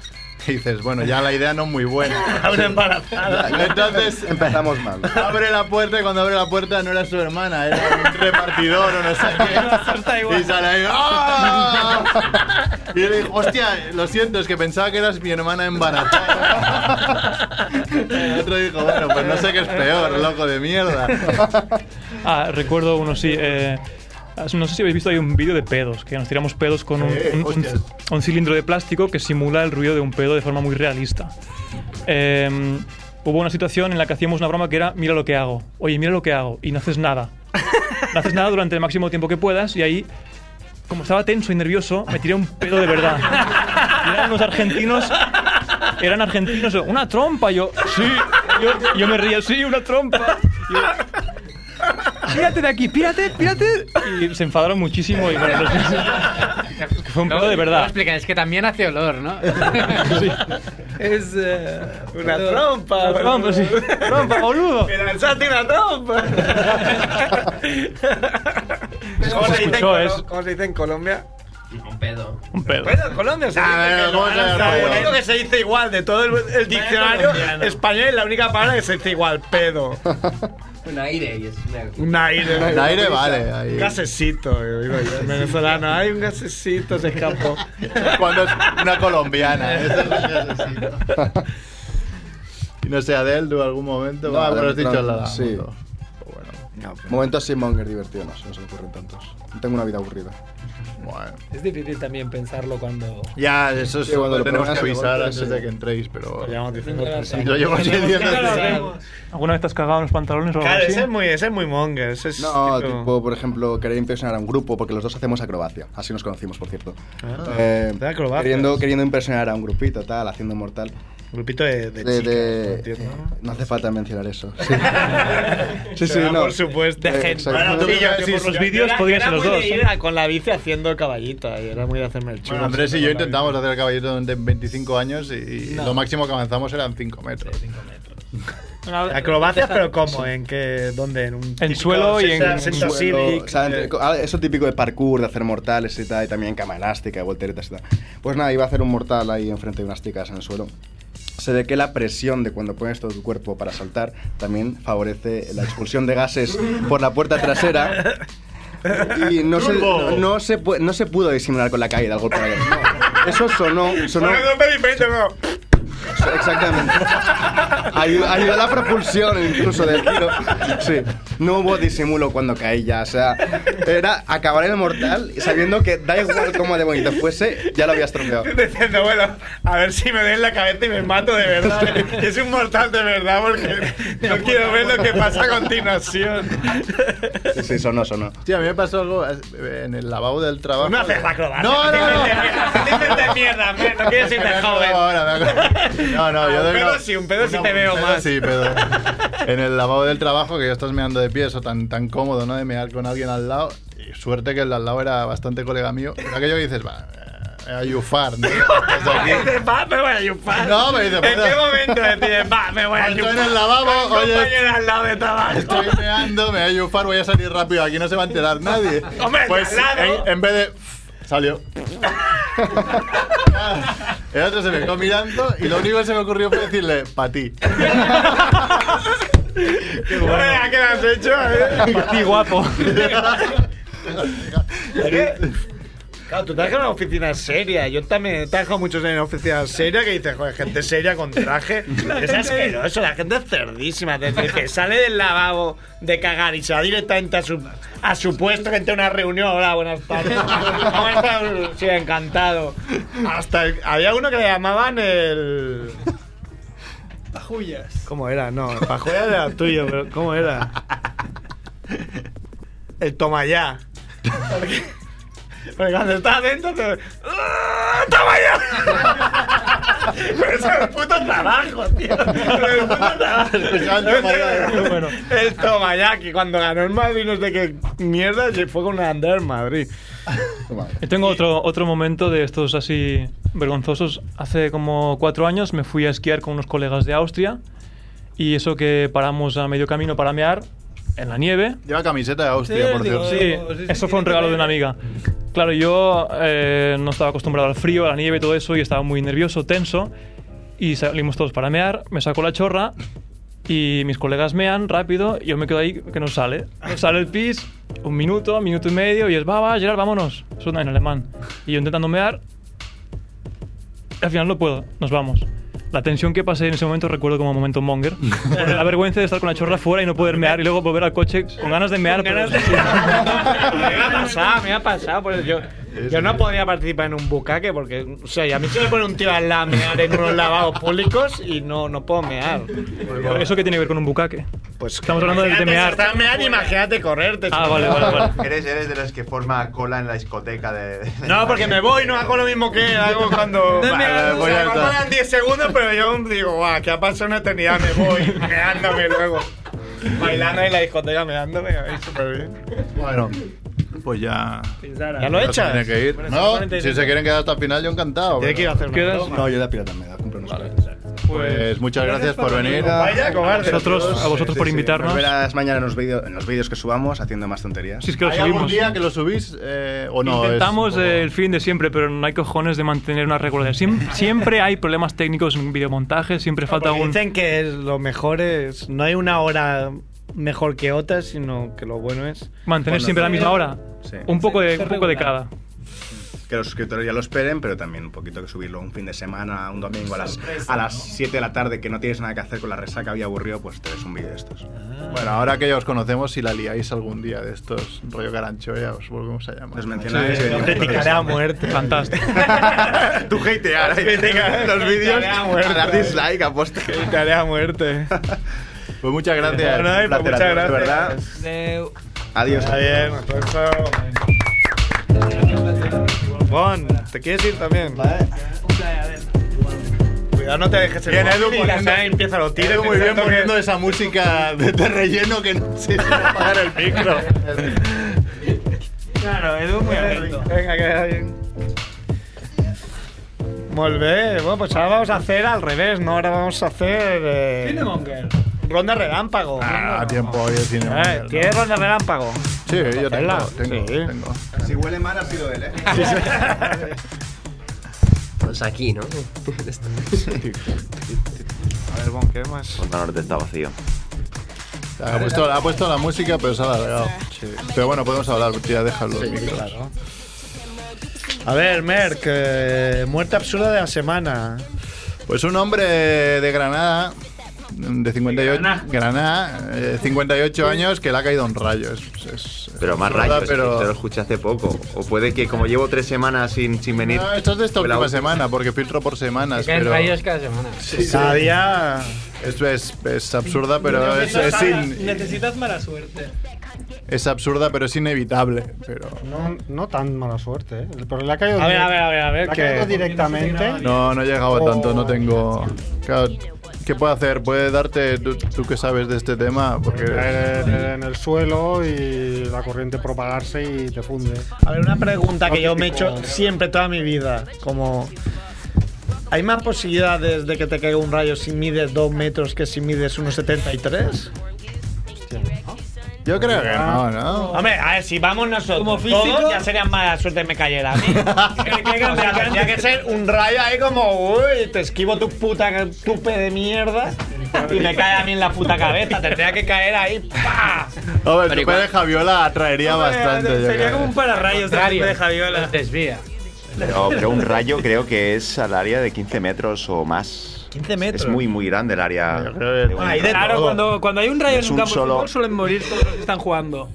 B: Y dices, bueno, ya la idea no es muy
J: <laughs>
B: buena.
J: A una embarazada.
B: Entonces
I: Empezamos mal.
B: abre la puerta y cuando abre la puerta no era su hermana, era un repartidor o no sé <laughs>
J: Está
B: qué. Y
J: igual.
B: sale ahí, ¡ah! Y le dijo, hostia, lo siento, es que pensaba que eras mi hermana embarazada. El otro dijo, bueno, pues no sé qué es peor, loco de mierda.
H: <laughs> Ah, recuerdo uno, sí. eh, no sé si habéis visto, hay un vídeo de pedos, que nos tiramos pedos con un,
B: Sí,
H: un- un-
B: hostias.
H: un cilindro de plástico que simula el ruido de un pedo de forma muy realista. Eh, hubo una situación en la que hacíamos una broma que era, mira lo que hago, oye, mira lo que hago, y no haces nada. No haces nada durante el máximo tiempo que puedas y ahí, como estaba tenso y nervioso, me tiré un pedo de verdad. Y eran unos argentinos, eran argentinos, una trompa, yo, sí, yo, yo me río, sí, una trompa. Y yo, Pírate de aquí, pírate, pírate. Y se enfadaron muchísimo y bueno, los- fue un pedo de
L: Luego
H: verdad.
L: explican, es que también hace olor,
J: <laughs>
L: ¿no?
J: Es. eh,
M: Una
J: todo-
M: trompa,
H: Trompa, sí. Trompa, boludo.
M: ¡Me lanzaste una trompa! ¿Cómo
H: se
M: se, dice en
H: escuchó,
M: Colo-
J: ¿eh?
H: es-
M: ¿Cómo se dice en Colombia?
L: Un pedo.
H: Un pedo.
M: Bueno, en Colombia se
B: Ah,
M: dice
B: bueno,
M: que
B: ¿cómo
M: lo-
B: se llama?
M: lo único que se dice igual de todo el, el diccionario
G: colombiano.
M: español, la única palabra que se dice igual,
B: <laughs>
M: pedo.
G: Un aire y es una...
M: Un aire.
B: Un aire, vale, ahí.
M: Un gasecito, yo digo yo, en venezolano. Hay un gasecito, se escapó.
B: Cuando es una colombiana. eso es lo que necesito. Y no sé, Adel, tú algún momento.
I: No,
B: ah,
I: Adele,
B: pero has dicho
I: no,
B: la.
I: sí. Momentos sin monger divertidos, no se me ocurren tantos. Tengo una vida aburrida.
J: Es difícil también pensarlo cuando.
B: Ya, eso es
J: Sí, cuando lo
B: tenemos que
J: pongas,
B: avisar
J: sí.
B: antes de que entréis, pero.
J: Sí,
B: Lo llevo
H: Tenemos que
B: diciendo.
H: avisar. ¿Alguna vez te has cagado en los pantalones o algo
A: Claro,
H: así?
A: ese es muy, ese es muy monger. Ese es
I: No,
A: tipo-
I: tipo, por ejemplo, querer impresionar a un grupo, porque los dos hacemos acrobacia. Así nos conocimos, por cierto.
A: Ah,
I: Eh,
A: de acrobacias.
I: queriendo, queriendo impresionar a un grupito, tal, haciendo mortal.
A: Grupito de, de
I: De-
A: chicas,
I: de-
A: no entiendo.
I: No hace falta mencionar
A: <laughs>
I: eso. Sí, sí, sí,
A: Ah,
I: no.
A: Por supuesto.
I: Eh, exacto.
A: Y yo, que por los vídeos podrían ser los dos.
B: ¿eh?
A: con la bici haciendo caballita y era muy de hacerme el chulo.
B: Bueno, Andrés y yo intentamos hacer el caballito durante 25 años y, y lo máximo que avanzamos eran 5 metros.
M: Acrobacias, pero ¿cómo? ¿En qué? ¿Dónde? En un típico César- César Civic,
I: O sea, entre-
M: eh,
I: ah, eso típico de parkour, de hacer mortales y tal, y también cama elástica, volteretas y tal. Pues nada, iba a hacer un mortal ahí enfrente de unas chicas en el suelo. Se ve que la presión de cuando pones todo tu cuerpo para saltar también favorece la expulsión de gases por la puerta trasera. Y no se,
M: Turbo.
I: no, no se, pu- no se pudo disimular con la caída al golpe de aire. No. Eso sonó.
M: Ah,
I: sonó Exactamente. Ayudó, ayudó a la propulsión incluso del tiro. Sí. No hubo disimulo cuando caí ya. O sea, era acabar el mortal sabiendo que da igual cómo de bonito fuese, ya lo había
M: <laughs>
I: estropeado.
M: Diciendo, bueno, a ver si me den la cabeza y me mato de verdad. <laughs> es un mortal de verdad porque no quiero ver lo que pasa a continuación.
I: Sí, sí, sonó, sonó.
B: Sí, a mí me pasó algo eh, en el lavabo del trabajo. No haces
M: acrobacia.
B: No, no, no.
M: <laughs> Dices de mierda, men, <laughs> no quieres irme joven.
B: Ahora, me acuerdo. No, no, yo
M: Ah, Un
B: doy
M: pedo
B: una-
M: sí, un pedo sí
B: una-
M: te
B: un
M: veo
B: pedo
M: más.
B: Sí,
M: <laughs>
B: pedo. En el lavabo del trabajo, que yo estás meando de pie, eso tan, tan cómodo, ¿no? De mear con alguien al lado. Y suerte que el de al lado era bastante colega mío. Pero aquello que dices, va, eh, ayufar, ¿no? Desde aquí.
M: <laughs> Va, me voy a yupar.
B: No, me dice,
M: ¿En
B: perdón.
M: qué momento decides, va, me voy a
B: Estoy
M: yupar?
B: en el lavabo,
M: Con
B: oye.
M: compañera al lado de trabajo.
B: Estoy meando, me voy a ayufar, voy a salir rápido. Aquí no se va a enterar nadie.
M: Hombre,
B: pues
M: de al lado.
B: en, en vez de. pff, Salió. El otro se me quedó mirando y lo único que se me ocurrió fue decirle, pa'
A: <laughs>
B: ti.
M: Bueno, ¿Qué le has hecho? eh?
A: Qué guapo.
M: Claro,
A: tú trabajas en una oficina seria. Yo también he trabajado muchos años en oficinas serias que dices, joder, gente seria con traje. es
M: gente-
A: asqueroso, la gente es cerdísima. Desde que sale del lavabo de cagar y se va directamente a su, a su puesto, que entra a una reunión. Hola, buenas <laughs> tardes. ¿Cómo estás? Sí, encantado. Hasta el- había uno que le llamaban el.
J: Pajullas.
M: ¿Cómo era? No, el Pajuela era tuyo, pero ¿cómo era? El toma ya. Porque, porque cuando estás dentro te. ¡Ah, ¡Toma ya! Pero eso es el puto trabajo, tío. Pero el puto trabajo. El toma ya, que cuando ganó el Madrid, no sé qué mierda, se fue con una Ander en Madrid.
H: Yo Eh, tengo otro, otro momento de estos así vergonzosos. Hace como cuatro años me fui a esquiar con unos colegas de Austria y eso que paramos a medio camino para mear en la nieve.
B: Lleva camiseta de Austria, por cierto.
H: Sí, eso fue un regalo de una amiga. Claro, yo eh, no estaba acostumbrado al frío, a la nieve y todo eso y estaba muy nervioso, tenso. Y salimos todos para mear, me sacó la chorra y mis colegas mean rápido y yo me quedo ahí que no sale. No Sale el pis, un minuto, minuto y medio y es, va, va, Gerard, vámonos. Suena en alemán. Y yo intentando mear, al final no puedo, nos vamos. La tensión que pasé en ese momento recuerdo como momento monger. <laughs> la vergüenza de estar con la chorra fuera y no poder mear y luego volver al coche con ganas de mear. pero- <laughs>
A: me ha pasado, me ha pasado. Por eso yo, yo no podría participar en un bucaque porque, o sea, y a mí se me pone un tío al lado a mear en unos lavados públicos y no, no puedo mear.
H: Pero ¿Eso qué tiene que ver con un bucaque? Pues estamos hablando de, de
A: Imagínate, si
H: mear.
A: estás meando, imagínate correrte.
H: Ah,
A: chico.
H: vale, vale, vale.
N: Eres, eres de los que forma cola en la discoteca de. de-
A: <laughs> No, porque me voy, no hago lo mismo que hago cuando.
N: Dame
A: Vale,
N: algo,
A: voy
N: o sea,
A: a-
N: cuando
M: Eran 10 segundos, pero yo digo, guau, que ha pasado una eternidad, me voy, meándome luego.
A: Bailando en la discoteca, meándome, ahí súper bien.
B: Bueno, pues ya.
A: ¿Ya lo
B: Ya se
A: echas?
B: Tiene que ir.
A: Bueno, son
B: No,
A: 45.
B: si se quieren quedar hasta el final, yo encantado.
A: Tiene que ir a hacer una ¿Quedas? broma.
I: No, yo de pirata me da, compro unos
B: Pues muchas gracias por venir.
A: Vaya cobarde.
B: A vosotros- a vosotros por invitarnos.
I: Nos verás mañana en los vídeos en los vídeos que subamos haciendo más tonterías.
H: Si es que lo
B: ¿Hay algún
H: subimos.
B: día que lo subís eh, o no?
H: Intentamos eh, el fin de siempre, pero no hay cojones de mantener una regularidad. Siem- Siempre, hay problemas técnicos en videomontaje, siempre falta
M: Porque
H: un...
M: Dicen que es- lo mejor es. No hay una hora mejor que otra, sino que lo bueno es.
H: Mantener siempre la misma hora. Un poco de, un poco de cada.
O: que los suscriptores ya lo esperen, pero también un poquito que subirlo un fin de semana, un domingo a las, a las 7 de la tarde, que no tienes nada que hacer con la resaca y aburrido, pues te ves un vídeo de estos.
A: Ah.
B: Bueno, ahora que ya os conocemos, si la liáis algún día de estos, rollo Garancho, ya os volvemos a llamar.
O: Nos mencionáis y venimos por
A: Criticaré
O: eso.
A: a
B: <laughs>
A: muerte. Fantástico.
O: Tú hatear ahí, los vídeos,
B: Hatearé a
O: a,
B: <laughs> muerte.
O: dar dislike, aposta.
A: Hatearé a muerte.
B: <laughs> Pues muchas gracias.
A: Bueno,
B: Un
A: pues
B: placer,
A: muchas gracias.
B: de verdad. Adiós.
A: Bien, Bon, ¿te quieres ir también? Cuidado, no te dejes el
B: Bien,
A: móvil
B: Edu,
A: y
B: poniendo-
A: ya empieza lo tiro.
B: Edu muy bien poniendo esa música de, de relleno que no sé si va a apagar el micro.
A: Claro, Edu muy atento. Venga, queda bien. Molt bé, bueno, pues ahora vamos a hacer al revés, ¿no? Ahora vamos a hacer... Eh...
J: Cinemonger.
A: Ronda relámpago.
B: Ah, tiempo hoy de cine.
A: Eh, ¿Tienes ronda relámpago?
B: Sí, yo tengo,
A: Hacerla.
B: tengo,
A: Sí.
B: tengo.
O: Si huele mal, ha sido él, ¿eh?
G: Pues aquí, ¿no? <laughs>
A: A ver, Bon, ¿qué más?
N: Punta Norte está vacío.
B: Ha puesto, ha puesto la música, pero se ha alargado. Pero bueno, podemos hablar, tía, déjalo. los micros.
A: A ver, Merck, eh, muerte absurda de la semana.
B: Pues un hombre de Granada, de 58, Granada, eh, 58 años, que le ha caído un rayo. Es- es-
N: Pero más
B: Nada,
N: rayos,
B: pero-
N: pero... te lo escuché hace poco. O puede que, como llevo tres semanas sin, sin venir.
B: No, Ah, esto es de esta
N: fue la
B: última
N: última.
B: semana, porque filtro por semanas.
L: Caen
B: pero-
L: rayos cada semana.
B: Cada día- Es, es- es absurda, pero es, es in-
J: Necesitas mala suerte.
B: es absurda, pero es inevitable. Pero
C: No, no tan mala suerte, ¿eh? Pero le ha caído
A: A ver,
C: direct-
A: a ver, a ver, a ver,
C: Le ha
A: que-
C: caído directamente.
B: no, no he llegado a tanto, no tengo. Claro, ¿Qué puedo hacer? ¿Puede darte tú, tú que sabes de este tema?
A: Eh,
B: Porque
C: caer en, en el suelo y la corriente propagarse y te funde.
A: A ver, una pregunta que yo me he hecho siempre toda mi vida, como ¿hay más posibilidades de que te caiga un rayo si mides 2 metros que si mides 1,73?
B: Yo creo que no, ¿no?
A: Hombre, a ver, si vamos nosotros
M: Como
A: todos,
M: físico-
A: ya sería mala suerte me cayera
B: <laughs>
A: a mí. O sea, tendría que ser un rayo ahí como, uy, te esquivo tu puta tupe de mierda y me cae a mí en la puta cabeza. Tendría que caer ahí, ¡pa!
B: Hombre,
A: Pero
B: tu
A: igual-
B: padre Javiola atraería
A: Hombre,
B: bastante. yo
A: sería
B: creo.
A: como un
J: pararrayos de
L: Contrario,
J: de Javiola.
L: Desvía.
N: No, pero un rayo creo que es al área de 15 metros o más.
A: 15
N: Es muy, muy grande el área. de un
J: claro,
N: rayo.
J: cuando, cuando hay un rayo
N: Es
J: en un
N: un
J: campo
N: solo-
J: de fútbol suelen morir todos los que están jugando.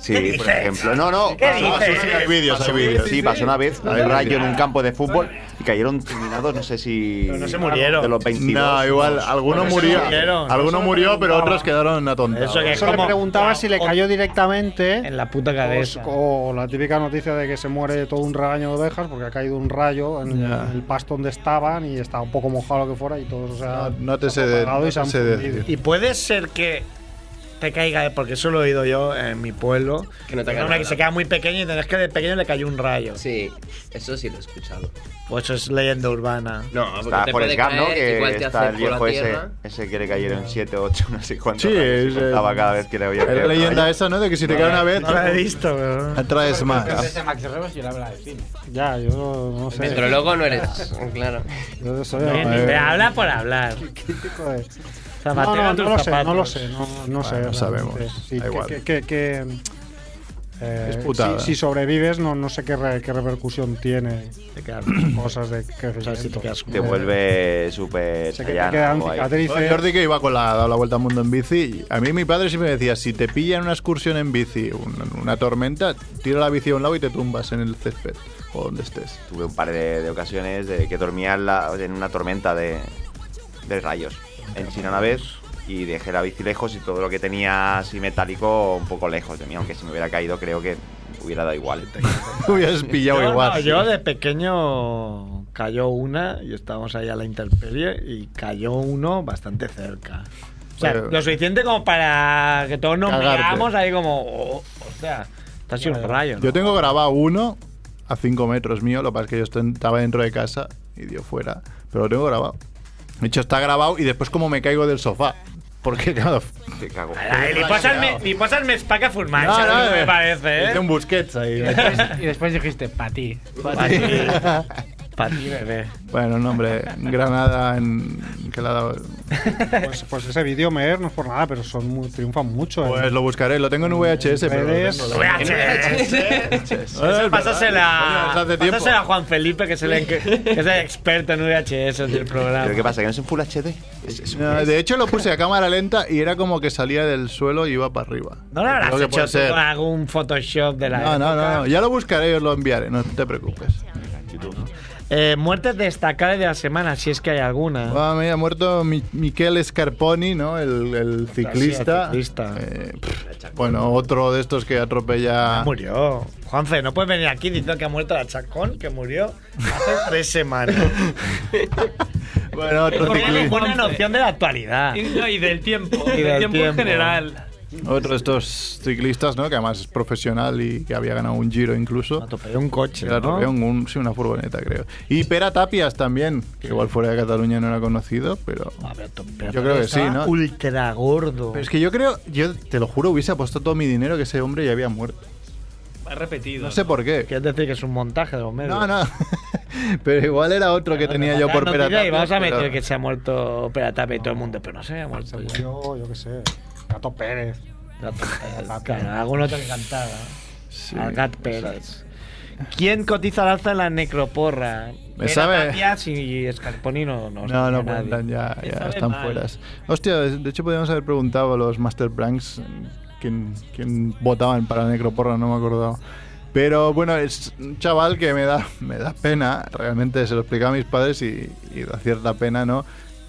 N: Sí, por ejemplo. No, no.
J: ¿Qué
N: pasó-
J: dices?
N: sí, sí,
B: Hay vídeos,
N: pasó-
B: hay vídeos.
N: Sí, pasó una vez un
B: Hay
N: rayo en
B: vídeos.
N: un campo de fútbol y cayeron terminados, no sé si.
A: Pero no eh, se murieron.
N: De los 22.
B: No, igual,
N: unos-
B: alguno
N: bueno,
B: murió.
N: sí,
A: murieron.
B: Alguno
A: Eso
B: murió, pero
A: me preguntaba.
B: otros quedaron atontados.
A: Eso que es
C: Eso le
A: como-
C: preguntaba si le cayó directamente.
A: En la puta cabeza.
C: O, o la típica noticia de que se muere todo un rebaño de ovejas porque ha caído un rayo en,
B: Ya.
C: en el pasto donde estaban y estaba un poco mojado lo que fuera y todos, o sea,
B: No te sé, de,
C: apagado y
B: no
C: se han
B: te sé de
C: fundido.
B: decir.
A: Y puede ser que te caiga, eh, porque eso lo he oído yo en mi pueblo. Que
G: no te caiga
A: una que
G: nada.
A: se queda muy pequeña y tenés que de pequeño le cayó un rayo.
G: Sí, eso sí lo he escuchado.
A: Pues eso es leyenda urbana.
G: No, Ah, porque
N: Está
G: te
N: Forrest
G: puede
N: Gump, ¿no?
G: caer, igual
N: Que
G: te
N: está
G: hace
N: el
G: por la
N: viejo ese,
G: tierra.
N: ese que le cayeron 7, 8, no sé cuántos.
B: Sí,
N: rayos,
B: es,
N: y contaba
B: eh,
N: cada vez que le había
B: Es la
N: caído.
B: leyenda esa, ¿no? De que si te
N: No,
B: cae una vez. pues,
A: No la he visto, pero.
B: Atraes más.
L: Entonces, Max Rebos yo le hablaba de cine.
C: Ya, yo no, no sé.
G: Pero luego no
N: <laughs>
G: eres. <laughs> Claro.
C: Yo soy
A: Bien,
C: eh,
A: te habla
C: <laughs>
A: por hablar.
C: crítico de- No, no,
A: Zapatero a tus
C: no lo sé,
A: zapatos.
C: no lo sé, no, no sé.
B: no sabemos,
C: realmente. Sí,
B: da
C: que-
B: igual.
C: que- que- que, eh,
B: Es putada.
C: Si, si sobrevives, no, no sé qué, re- qué repercusión tiene.
A: <clears throat>
C: Cosas de crecimiento. Pues,
N: Te vuelve súper.
C: Sé que te
N: Saiyano
C: quedan
N: o ahí.
C: cicatrices.
B: Jordi que iba con la, daba la vuelta al mundo en bici. y A mí mi padre siempre me decía, si te pilla en una excursión en bici un- una tormenta, tira la bici a un lado y te tumbas en el césped o donde estés.
N: Tuve un par de, de ocasiones de que dormía en, la- en una tormenta de, de rayos en China una vez y dejé la bici lejos y todo lo que tenía así metálico un poco lejos de mí, aunque si me hubiera caído creo que hubiera dado igual.
B: <laughs> Hubieras pillado
A: Yo no,
B: igual.
A: yo de pequeño cayó una y estábamos ahí a la intemperie y cayó uno bastante cerca. O sea,
B: Pero-
A: lo suficiente como para que todos nos
B: Cagarte.
A: miramos ahí como, oh, o sea, está sido un rayo. ¿no?
B: Yo tengo grabado uno a 5 metros mío, lo que pasa es que yo est- estaba dentro de casa y dio fuera, pero lo tengo grabado. De hecho, está grabado y después como me caigo del sofá. Porque, claro,
N: Te cago.
A: Ay, Ni pasas me, ni pasas me espaca
B: No,
A: furmancha,
B: no,
A: no, me
B: eh,
A: <laughs> parece, ¿eh?
B: hice un busquets ahí. <laughs>
L: Y después dijiste, pa' ti.
A: Pa' ti.
B: Bueno, un nombre. Granada en. que le ha dado.
C: Pues, pues ese vídeo, Mer, no es por nada, pero son muy, triunfan mucho.
B: Pues lo buscaré, lo tengo en VHS, pero. lo
C: Redes.
B: tengo, lo tengo.
C: <laughs> VHS.
A: <laughs>
B: Eh,
A: Pásasela,
B: Coño, hace tiempo.
A: pásasela a Juan Felipe, que es el, que es el experto en VHS del programa.
N: ¿Pero qué pasa? ¿Que no es en Full HD? Es- es-
B: No, de hecho, lo puse a cámara lenta y era como que salía del suelo y iba para arriba.
A: ¿No lo habrás
B: Creo que
A: hecho
B: puede
A: tú
B: ser.
A: con algún Photoshop de la
B: No, no,
A: época?
B: no, no. Ya lo buscaré y os lo enviaré, no te preocupes.
A: Eh, muertes destacables de la semana, si es que hay alguna.
B: Ah, mira, ha muerto Mi- Michele Scarponi, ¿no? El, el ciclista.
A: Sí, el ciclista.
B: Eh, pff, bueno, otro de estos que atropella.
A: Murió. Juanfe, no puedes venir aquí diciendo que ha muerto la Chacón, que murió
B: <laughs>
A: hace tres semanas.
B: bueno, otro
A: Tiene
B: ciclista.
A: buena noción de la actualidad.
J: Y, no, y del tiempo,
A: ah. Y
J: del,
A: del
J: tiempo, en
A: tiempo.
J: general.
B: Otro de estos ciclistas, ¿no? Que además es profesional y que había ganado un giro incluso.
A: Atropelló un coche.
B: Le atropelló
A: ¿no?
B: un- un- sí, una furgoneta, creo. Y Pera Tapias también, que igual fuera de Cataluña no era conocido, pero. yo creo que sí,
A: Estaba
B: ¿no?
A: Ultra gordo.
B: Pero es que yo creo, yo te lo juro, hubiese apostado todo mi dinero que ese hombre ya había muerto.
J: Ha repetido.
B: No sé por qué.
A: Quieres decir que es un montaje de los medios.
B: No, <laughs> no. Pero igual era otro que tenía yo por Pera
A: Y vamos a
B: Tapias,
A: meter
B: pero-
A: que se ha muerto Peratape y todo el mundo, pero no se había muerto.
C: Yo, yo qué sé. Gato Pérez.
A: Gato Pérez. Claro, algún otro que cantaba. Al Gat Pérez. ¿Quién cotiza al alza en la necroporra?
B: Me
A: Era
B: sabe-
A: Tapias y Escarponino no.
B: No, no
A: nadie.
B: cuentan, ya,
A: Me
B: ya
A: sabe
B: están
A: mal.
B: fueras. Hostia, de de hecho podríamos haber preguntado a los Master Pranks quién, quién votaban para Necroporra, no me acordaba. Pero bueno, es un chaval que me da, me da pena, realmente se lo explicaba a mis padres y, y da cierta pena, ¿no?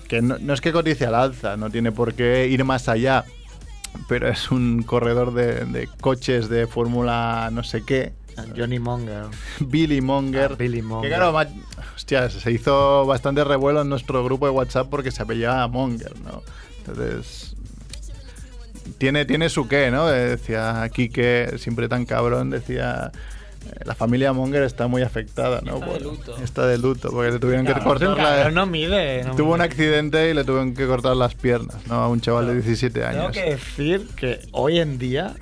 B: Que no, no es que cotice al alza, no tiene por qué ir más allá, pero es un corredor de, de coches de fórmula no sé qué.
A: Johnny Monger. Ah,
B: Billy Monger.
A: Billy
B: Que
A: Monger.
B: claro, ma- hostia, se hizo bastante revuelo en nuestro grupo de WhatsApp porque se apellidaba Monger, ¿no? Entonces. Tiene, tiene su qué, ¿no? Eh, Decía Quique, siempre tan cabrón, decía. eh, La familia Monger está muy afectada, ¿no? Está de luto. Está de luto, porque le tuvieron que
A: Cabrón,
B: cortar la-
A: cabrón, no mide. no
B: Tuvo un
A: mide.
B: accidente y le tuvieron que cortar las piernas, ¿no? A un chaval de 17
A: Tengo
B: años.
A: que decir que hoy en día.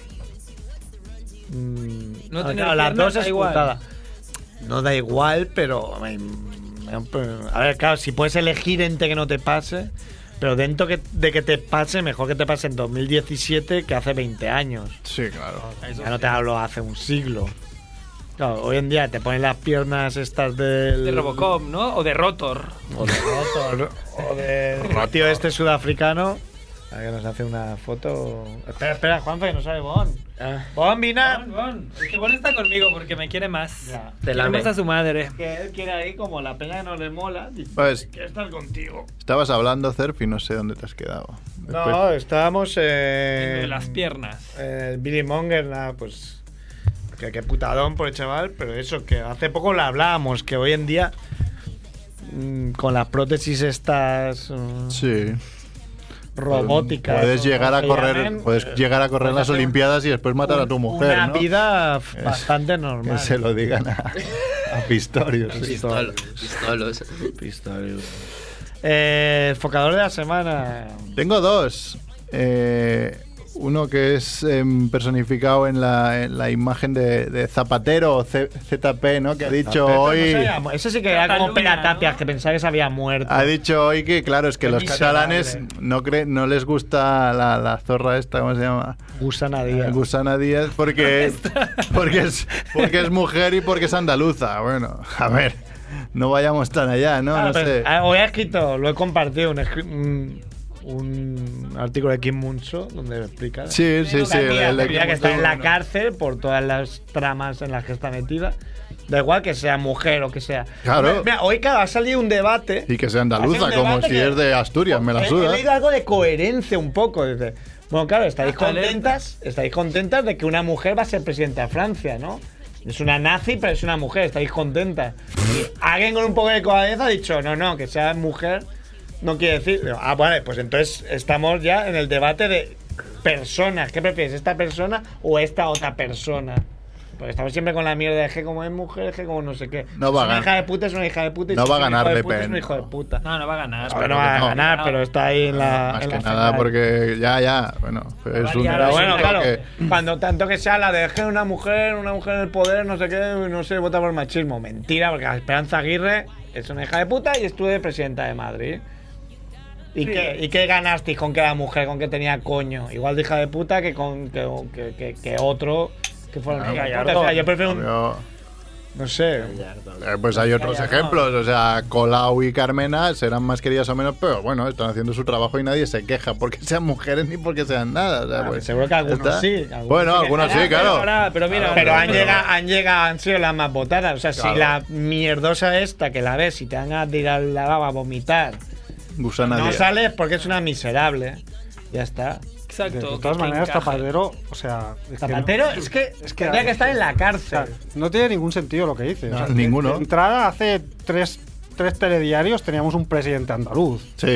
A: mm,
J: No
A: ah,
J: tener
A: claro, las
J: piernas
A: dos es
J: da igual.
A: putada. No da igual, pero. mm, A ver, claro, si puedes elegir entre que no te pase. Pero dentro que- de que te pase, mejor que te pase en 2017 que hace 20 años.
B: Sí, claro.
A: Ya no te hablo hace un siglo. Claro, hoy en día te ponen las piernas estas del.
J: De Robocop, ¿no? O de Rotor.
A: O de
B: <laughs>
A: Rotor. o de. Tío, este sudafricano. A ver, nos hace una foto. Espera, espera, Juanfe, que no sabe Bon.
B: Ah.
A: Bon, Mina.
J: Bon, Bon. Es que Bon está conmigo porque me quiere más.
A: Te
J: Te
A: lame.
J: más a su madre.
A: Que él quiere ahí como la peña que no le mola. Dice,
B: Pues-
A: quiero estar contigo.
B: Estabas hablando, Cerf, y no sé dónde te has quedado.
A: No,
B: Pues-
A: estábamos
J: De
A: en.
J: las piernas.
A: El Billy Monger, nada, pues. Que, que putadón por el chaval, pero eso, que hace poco lo hablábamos, que hoy en día. mm, Con las prótesis estas. mm,
B: Sí.
A: Robótica.
B: Pues Puedes
A: ¿no?
B: llegar a
A: Que
B: correr,
A: llamen,
B: puedes
A: eh,
B: llegar a correr las
A: hacer
B: Olimpiadas y después matar a tu mujer,
A: Una
B: ¿no?
A: vida
B: Es-
A: bastante normal.
B: Que se lo digan a, <laughs> a
A: <laughs>
B: Pistorius. sí.
G: Pistolos. Pistolos.
A: Eh, focador de la semana.
B: Tengo dos. Eh, uno que es em, personificado en la, en la imagen de, de Zapatero o C- ZP, ¿no? Que ha dicho
A: Pero no
B: hoy.
A: se había mu- Ese sí que era como
J: Cataluña,
A: pelatapias, que pensaba que se había muerto.
B: Ha dicho hoy que, claro, es que
A: Qué
B: los
A: miserable.
B: catalanes no, cre- no les gusta la, la zorra esta, ¿cómo se llama?
A: Gusana
B: Eh,
A: Díaz.
B: Gusana Díaz
A: <laughs>
B: porque, porque, es, porque es mujer y porque es andaluza. Bueno, a ver, no vayamos tan allá, ¿no?
A: Ah,
B: No
A: pero-
B: sé.
A: ah, Hoy ha escrito, lo he compartido, un, escri- un, un artículo de Kim Muncho donde lo explica.
B: Sí, sí, sí.
A: La tía,
B: el- el-
A: la tía que está en la
B: bueno.
A: cárcel por todas las tramas en las que está metida. Da igual que sea mujer o que sea.
B: Claro.
A: Hombre, Mira, hoy cada ha salido un debate.
B: Y que sea andaluza,
A: Hace un
B: como
A: debate
B: si
A: que-
B: es de Asturias, me la
A: He- He
B: suda.
A: leído algo de coherencia un poco. Dice, bueno, claro, estáis
J: Hasta alerta.
A: contentas, estáis contentas de que una mujer va a ser presidenta de Francia, ¿no? Es una nazi, pero es una mujer, estáis contentas. Y alguien con un poco de coherencia ha dicho, no, no, que sea mujer no quiere decir. Digo, ah, vale, pues entonces estamos ya en el debate de personas. ¿Qué prefieres, esta persona o esta otra persona? Porque estamos siempre con la mierda de que como es mujer, que como no sé qué.
B: No
A: Es
B: va a
A: una
B: ganar.
A: hija de puta es una hija de puta. y
B: No
A: si
B: va a
A: es un
B: ganar
A: hijo de
B: Le
A: puta, es
B: Pen.
A: un hijo de puta.
J: No, no va a ganar.
A: Pero no va a
B: No.
A: ganar, pero está ahí en la.
B: Más
A: en
B: que
A: la
B: nada
A: final.
B: porque ya, ya, bueno, es un...
A: Pero bueno,
B: es
A: claro,
B: que-
A: cuando tanto que sea la de "Es que una mujer, una mujer en el poder, no sé qué, no sé, vota por machismo. Mentira, porque Esperanza Aguirre es una hija de puta y estuve presidenta de Madrid. ¿Y,
J: Sí.
A: qué, ¿Y qué ganasteis con que era mujer, con que tenía coño? Igual de hija de puta que con que, que- que- que otro que fuera una hija de puta. O sea, yo prefiero un-
B: Yo-
A: No sé.
B: Eh, pues hay otros
A: Gallardo.
B: ejemplos, o sea, Colau y Carmena serán más queridas o menos, pero bueno, están haciendo su trabajo y nadie se queja porque <laughs> sean mujeres ni porque sean nada. o sea, pues,
A: Ah, seguro que algunos
B: está.
A: sí, algunos
B: bueno,
A: sí que-
B: algunos sí,
A: Pero,
B: claro.
A: pará, pero mira, pero han llegado, han llegado, han sido las más votadas. O sea,
B: Claro.
A: si la mierdosa esta que la ves y te dan ganas de ir al lavabo a vomitar,
B: Gusana
A: no
B: Díaz.
A: sales porque es una miserable. Ya está.
C: De, de todas maneras, Zapatero, o sea. es que no-
A: Zapatero es que, tendría que estar en la cárcel.
C: No tiene ningún sentido lo que dice.
B: No,
C: o sea,
B: ninguno.
C: de- de entrada, hace tres, tres telediarios teníamos un presidente andaluz.
B: Sí.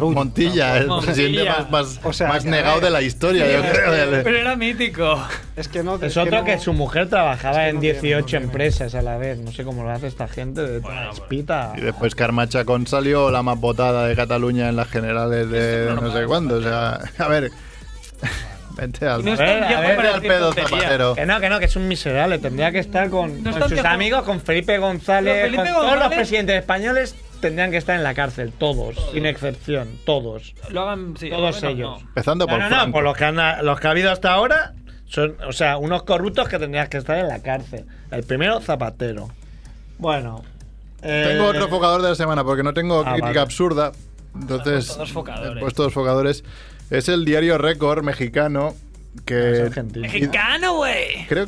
B: Montilla, el
C: Montilla.
B: presidente más, más,
C: O sea,
B: más
C: que-
B: negado de la historia, yo creo.
J: era mítico.
C: Es que no.
A: Es
C: que
A: otro
C: no-
A: que su mujer trabajaba en 18 empresas a la vez. No sé cómo lo hace esta gente de espita.
B: Y después Carma Chacón salió la más votada de Cataluña en las generales de no sé cuándo. O sea, <laughs> a ver. Vente al,
A: A ver, a ver,
B: vete al pedo, Zapatero.
A: Que no, que no, que es un miserable. Tendría que estar con, con
J: tan
A: sus
J: viejo.
A: amigos, con Felipe González,
J: Pero Felipe
A: con todos los
J: González-
A: presidentes españoles. Tendrían que estar en la cárcel, todos, sin excepción, todos.
J: Lo hagan, sí,
A: Todos
J: bueno,
A: ellos.
J: no.
B: Empezando
A: No,
B: por
A: no, no,
B: Franco.
A: por los que, han- los que ha habido hasta ahora son, o sea, unos corruptos que tendrían que estar en la cárcel. El primero, Zapatero.
B: <laughs>
A: Bueno. eh,
B: Tengo otro focador de la semana porque no tengo
A: Ah,
B: crítica
A: vale.
B: absurda. Entonces,
J: Dos
B: he
J: focadores.
B: puesto dos focadores. Es el diario Récord mexicano
A: Ah,
B: que.
J: Mexicano, güey.
B: Creo,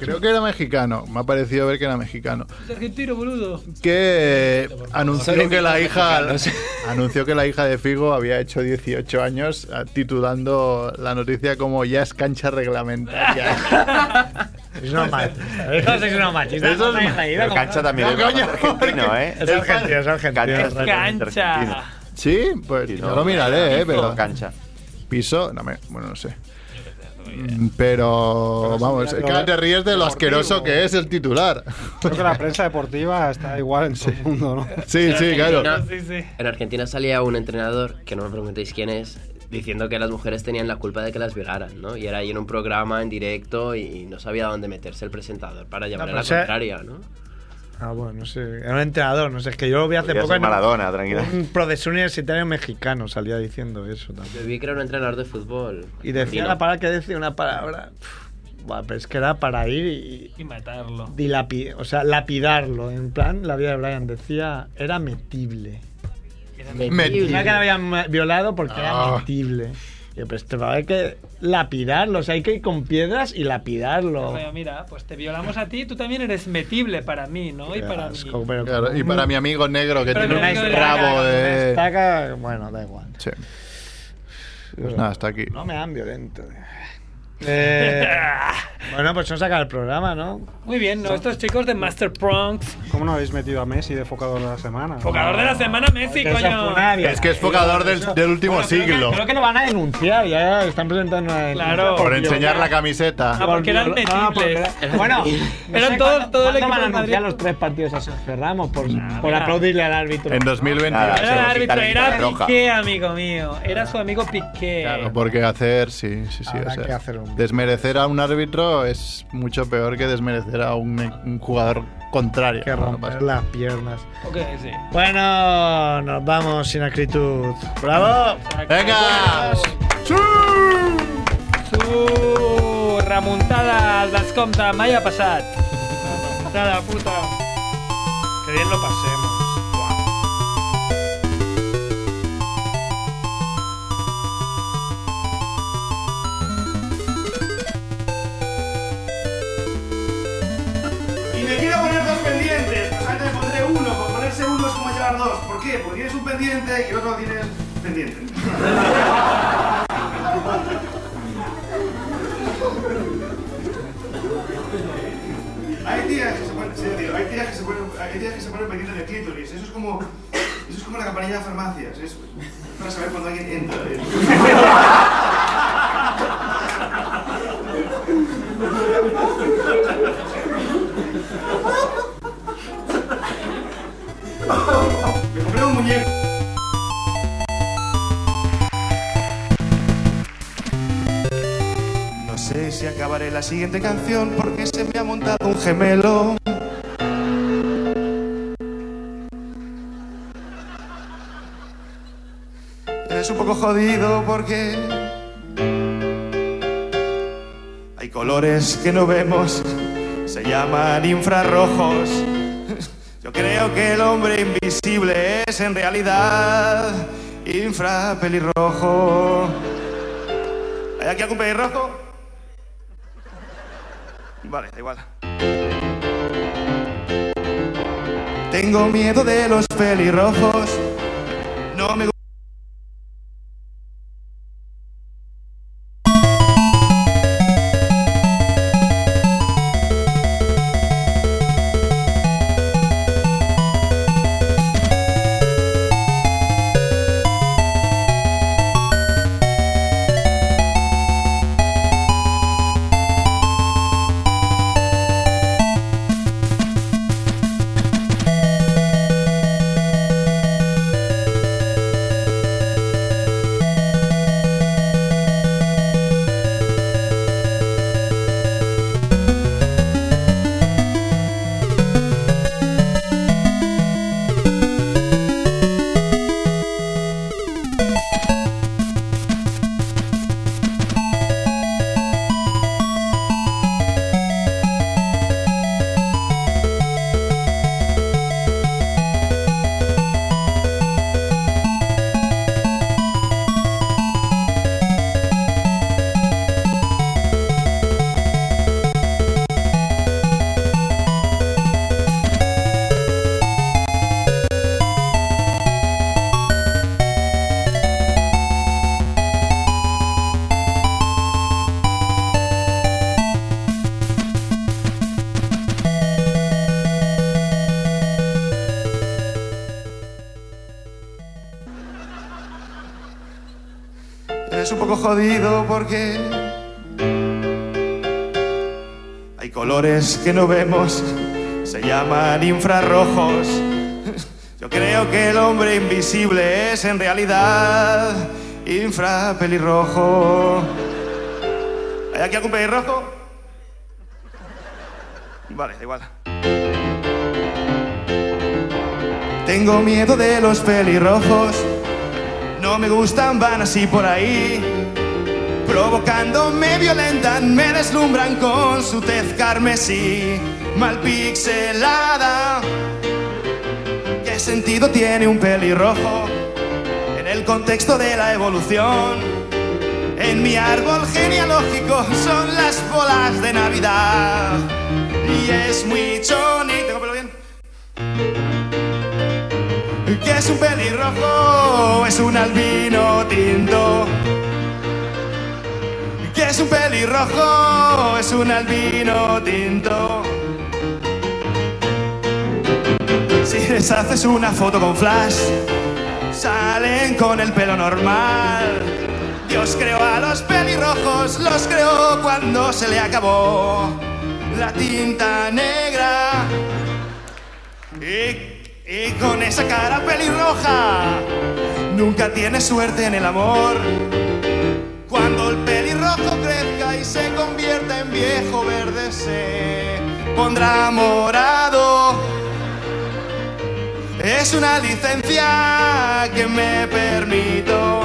B: creo que era mexicano. Me ha parecido ver que era mexicano.
J: Es argentino, boludo.
B: que eh, anunció
J: Soy
B: que la hija
J: mexicanos.
B: <laughs> anunció que la hija de Figo había hecho 18 años eh, titulando la noticia como ya es cancha reglamentaria.
A: Es normal. Eso sí es una machista.
B: Eso es
A: No me
B: ma-
A: he ido
B: pero
A: como-
B: cancha también
A: No,
B: es
A: coño,
B: argentino,
A: porque-
B: ¿eh?
A: Es argentino, es argentino.
B: Cancha es
J: Cancha.
B: Sí, pues
N: Sí,
B: yo
N: no,
B: lo miraré, eh,
N: piso,
B: pero
N: cancha.
B: piso, no me, bueno, no sé. Mm, Pero vamos,
C: mira,
B: cada
C: lo-
B: te ríes de lo
C: deportivo.
B: asqueroso que es el titular.
C: Creo que la prensa deportiva está igual en todo el mundo, ¿no?
B: Sí, sí, claro.
G: En Argentina salía un entrenador, que no me preguntéis quién es, diciendo que las mujeres tenían la culpa de que las violaran, ¿no? Y era ahí en un programa en directo y no sabía dónde meterse el presentador para llevar
A: No,
G: a la
A: pero ese-
G: contraria, ¿no?
A: Ah, bueno, no sé. Era un entrenador, no sé. Es que yo lo vi hace
N: Podría
A: poco.
N: ser
A: en un-
N: Maradona, tranquila.
A: Un profesor universitario mexicano salía diciendo eso también.
G: Yo vi que era un entrenador de fútbol.
A: Y decía
G: argentino.
A: la palabra que decía una palabra. Pff, Buah, pero es que era para ir y.
J: Y matarlo.
A: dilapi- o sea, lapidarlo. En plan, la vida de Brian decía. Era metible.
B: Metible.
A: Una que la habían ma- violado porque
B: Ah.
A: era metible. Yo, pues te va a haber que lapidarlo. O sea, hay que ir con piedras y lapidarlo.
J: Bueno, mira, pues te violamos a ti, tú también eres metible para mí, ¿no? Y
A: Qué
J: para mí.
A: asco, pero
B: Claro,
A: como-
B: y para mi amigo negro que
J: Pero
B: tiene
J: mi
B: un
J: amigo de
B: rabo
J: la-
B: de.
A: Estaca, bueno, da igual.
B: Sí. Pues nada, hasta aquí.
A: No me dan
B: <laughs>
A: violento. Eh, bueno, pues nos acaba el programa, ¿no?
J: Muy bien, ¿no? Estos chicos de Master Prongs.
C: ¿Cómo no habéis metido a Messi de focador de la semana?
J: Focador de la semana, Messi,
A: Eso fue
J: coño.
A: una
B: Es que es focador del, del último siglo.
A: Creo que lo van a denunciar, ya están presentando una denuncia
J: Claro.
B: Por
A: violar-
B: enseñar la camiseta.
J: Ah, porque eran
A: violar- no, porque
J: metibles.
A: era- <laughs> Bueno,
J: Eran todo- todo
A: ¿cuándo
J: el equipo
A: van a
J: de Madrid.
A: anunciar los tres partidos a Sergio Ramos por, por aplaudirle al árbitro?
B: En 2020.
N: Nada,
J: Era el
N: se lo
J: árbitro,
N: quitan y
J: era
N: tarjeta roja.
J: Piqué, amigo mío. Era su amigo Piqué.
B: Claro, porque hacer, sí, sí, sí.
A: Habrá
B: o sea,
A: que hacer un-
B: Desmerecer a un árbitro es mucho peor que desmerecer a un, un jugador contrario.
A: Que
B: No pasa
A: romper las piernas.
J: Ok, sí.
A: Bueno, nos vamos sin acritud. ¡Bravo!
B: nada. ¡Venga!
J: Su remuntada al descompte mai
A: <laughs>
J: ha passat.
A: Puta, puta. Que bien lo pasemos.
P: Y me quiero poner dos pendientes. Pues antes me pondré uno. Por ponerse uno es como llevar dos. ¿Por qué? Porque tienes un pendiente y el otro tienes pendiente. Hay tías que se ponen, sí, tío, hay tías que se ponen, hay tías que se ponen pendientes de clítoris. Eso es como, eso es como la campanilla de farmacias. Es para saber cuando alguien entra. ¿eh?
Q: sé si acabaré la siguiente canción porque se me ha montado un gemelo. Es un poco jodido porque hay colores que no vemos, se llaman infrarrojos. Yo creo que el hombre invisible es en realidad infrapelirrojo. ¿Hay aquí algún pelirrojo? Vale, da igual. Tengo miedo de los pelirrojos. No me Es un poco jodido porque hay colores que no vemos, se llaman infrarrojos. Yo creo que el hombre invisible es en realidad infrapelirrojo. ¿Hay aquí algún pelirrojo? Vale, da igual. Tengo miedo de los pelirrojos no me gustan, van así por ahí. Provocándome, violentan, me deslumbran con su tez carmesí, mal pixelada. ¿Qué sentido tiene un pelirrojo en el contexto de la evolución? En mi árbol genealógico son las bolas de Navidad. Y es muy choni. ¿Tengo pelo bien? que es un pelirrojo, es un albino tinto. Que es un pelirrojo, es un albino tinto. Si les haces una foto con flash, salen con el pelo normal. Dios creó a los pelirrojos, los creó cuando se le acabó la tinta negra. Y y con esa cara pelirroja, nunca tienes suerte en el amor. Cuando el pelirrojo crezca y se convierta en viejo verde, se pondrá morado. Es una licencia que me permito.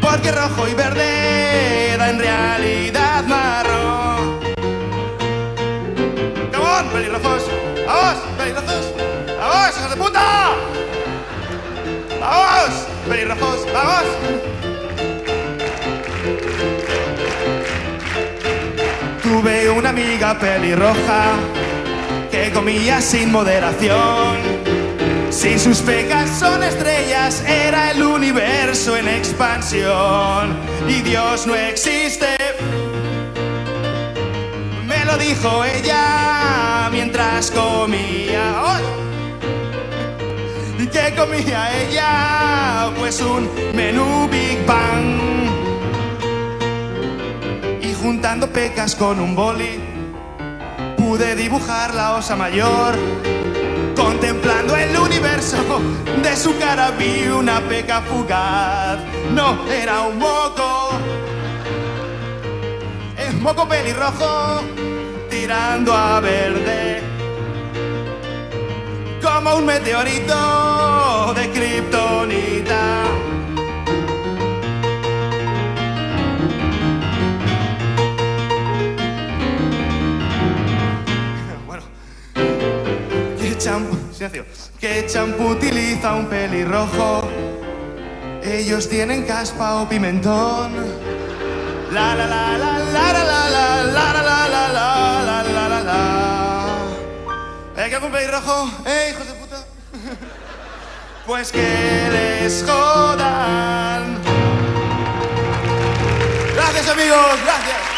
Q: Porque rojo y verde da en realidad marrón. ¡Come on, pelirrojos! ¡Vamos, pelirrojos! ¡Vamos, hijos de puta! ¡Vamos, pelirrojos! ¡Vamos! Tuve una amiga pelirroja que comía sin moderación. Si sus pecas son estrellas, era el universo en expansión. Y Dios no existe me lo dijo ella mientras comía. ¡Oh! ¿Y qué comía ella? Pues un menú Big Bang. Y juntando pecas con un boli, pude dibujar la osa mayor. Contemplando el universo, de su cara vi una peca fugaz. No era un moco. moco pelirrojo tirando a verde. Como un meteorito de kriptonita. <laughs> Bueno, ¿qué champú, silencio. ¿Qué champú utiliza un pelirrojo? Ellos tienen caspa o pimentón. La la la la la la la la la la la la la la la la la. ¿Eh, ¿Qué hago un pelirrojo? ¡Eh, hijos de puta! <laughs> Pues que les jodan. Gracias amigos, gracias.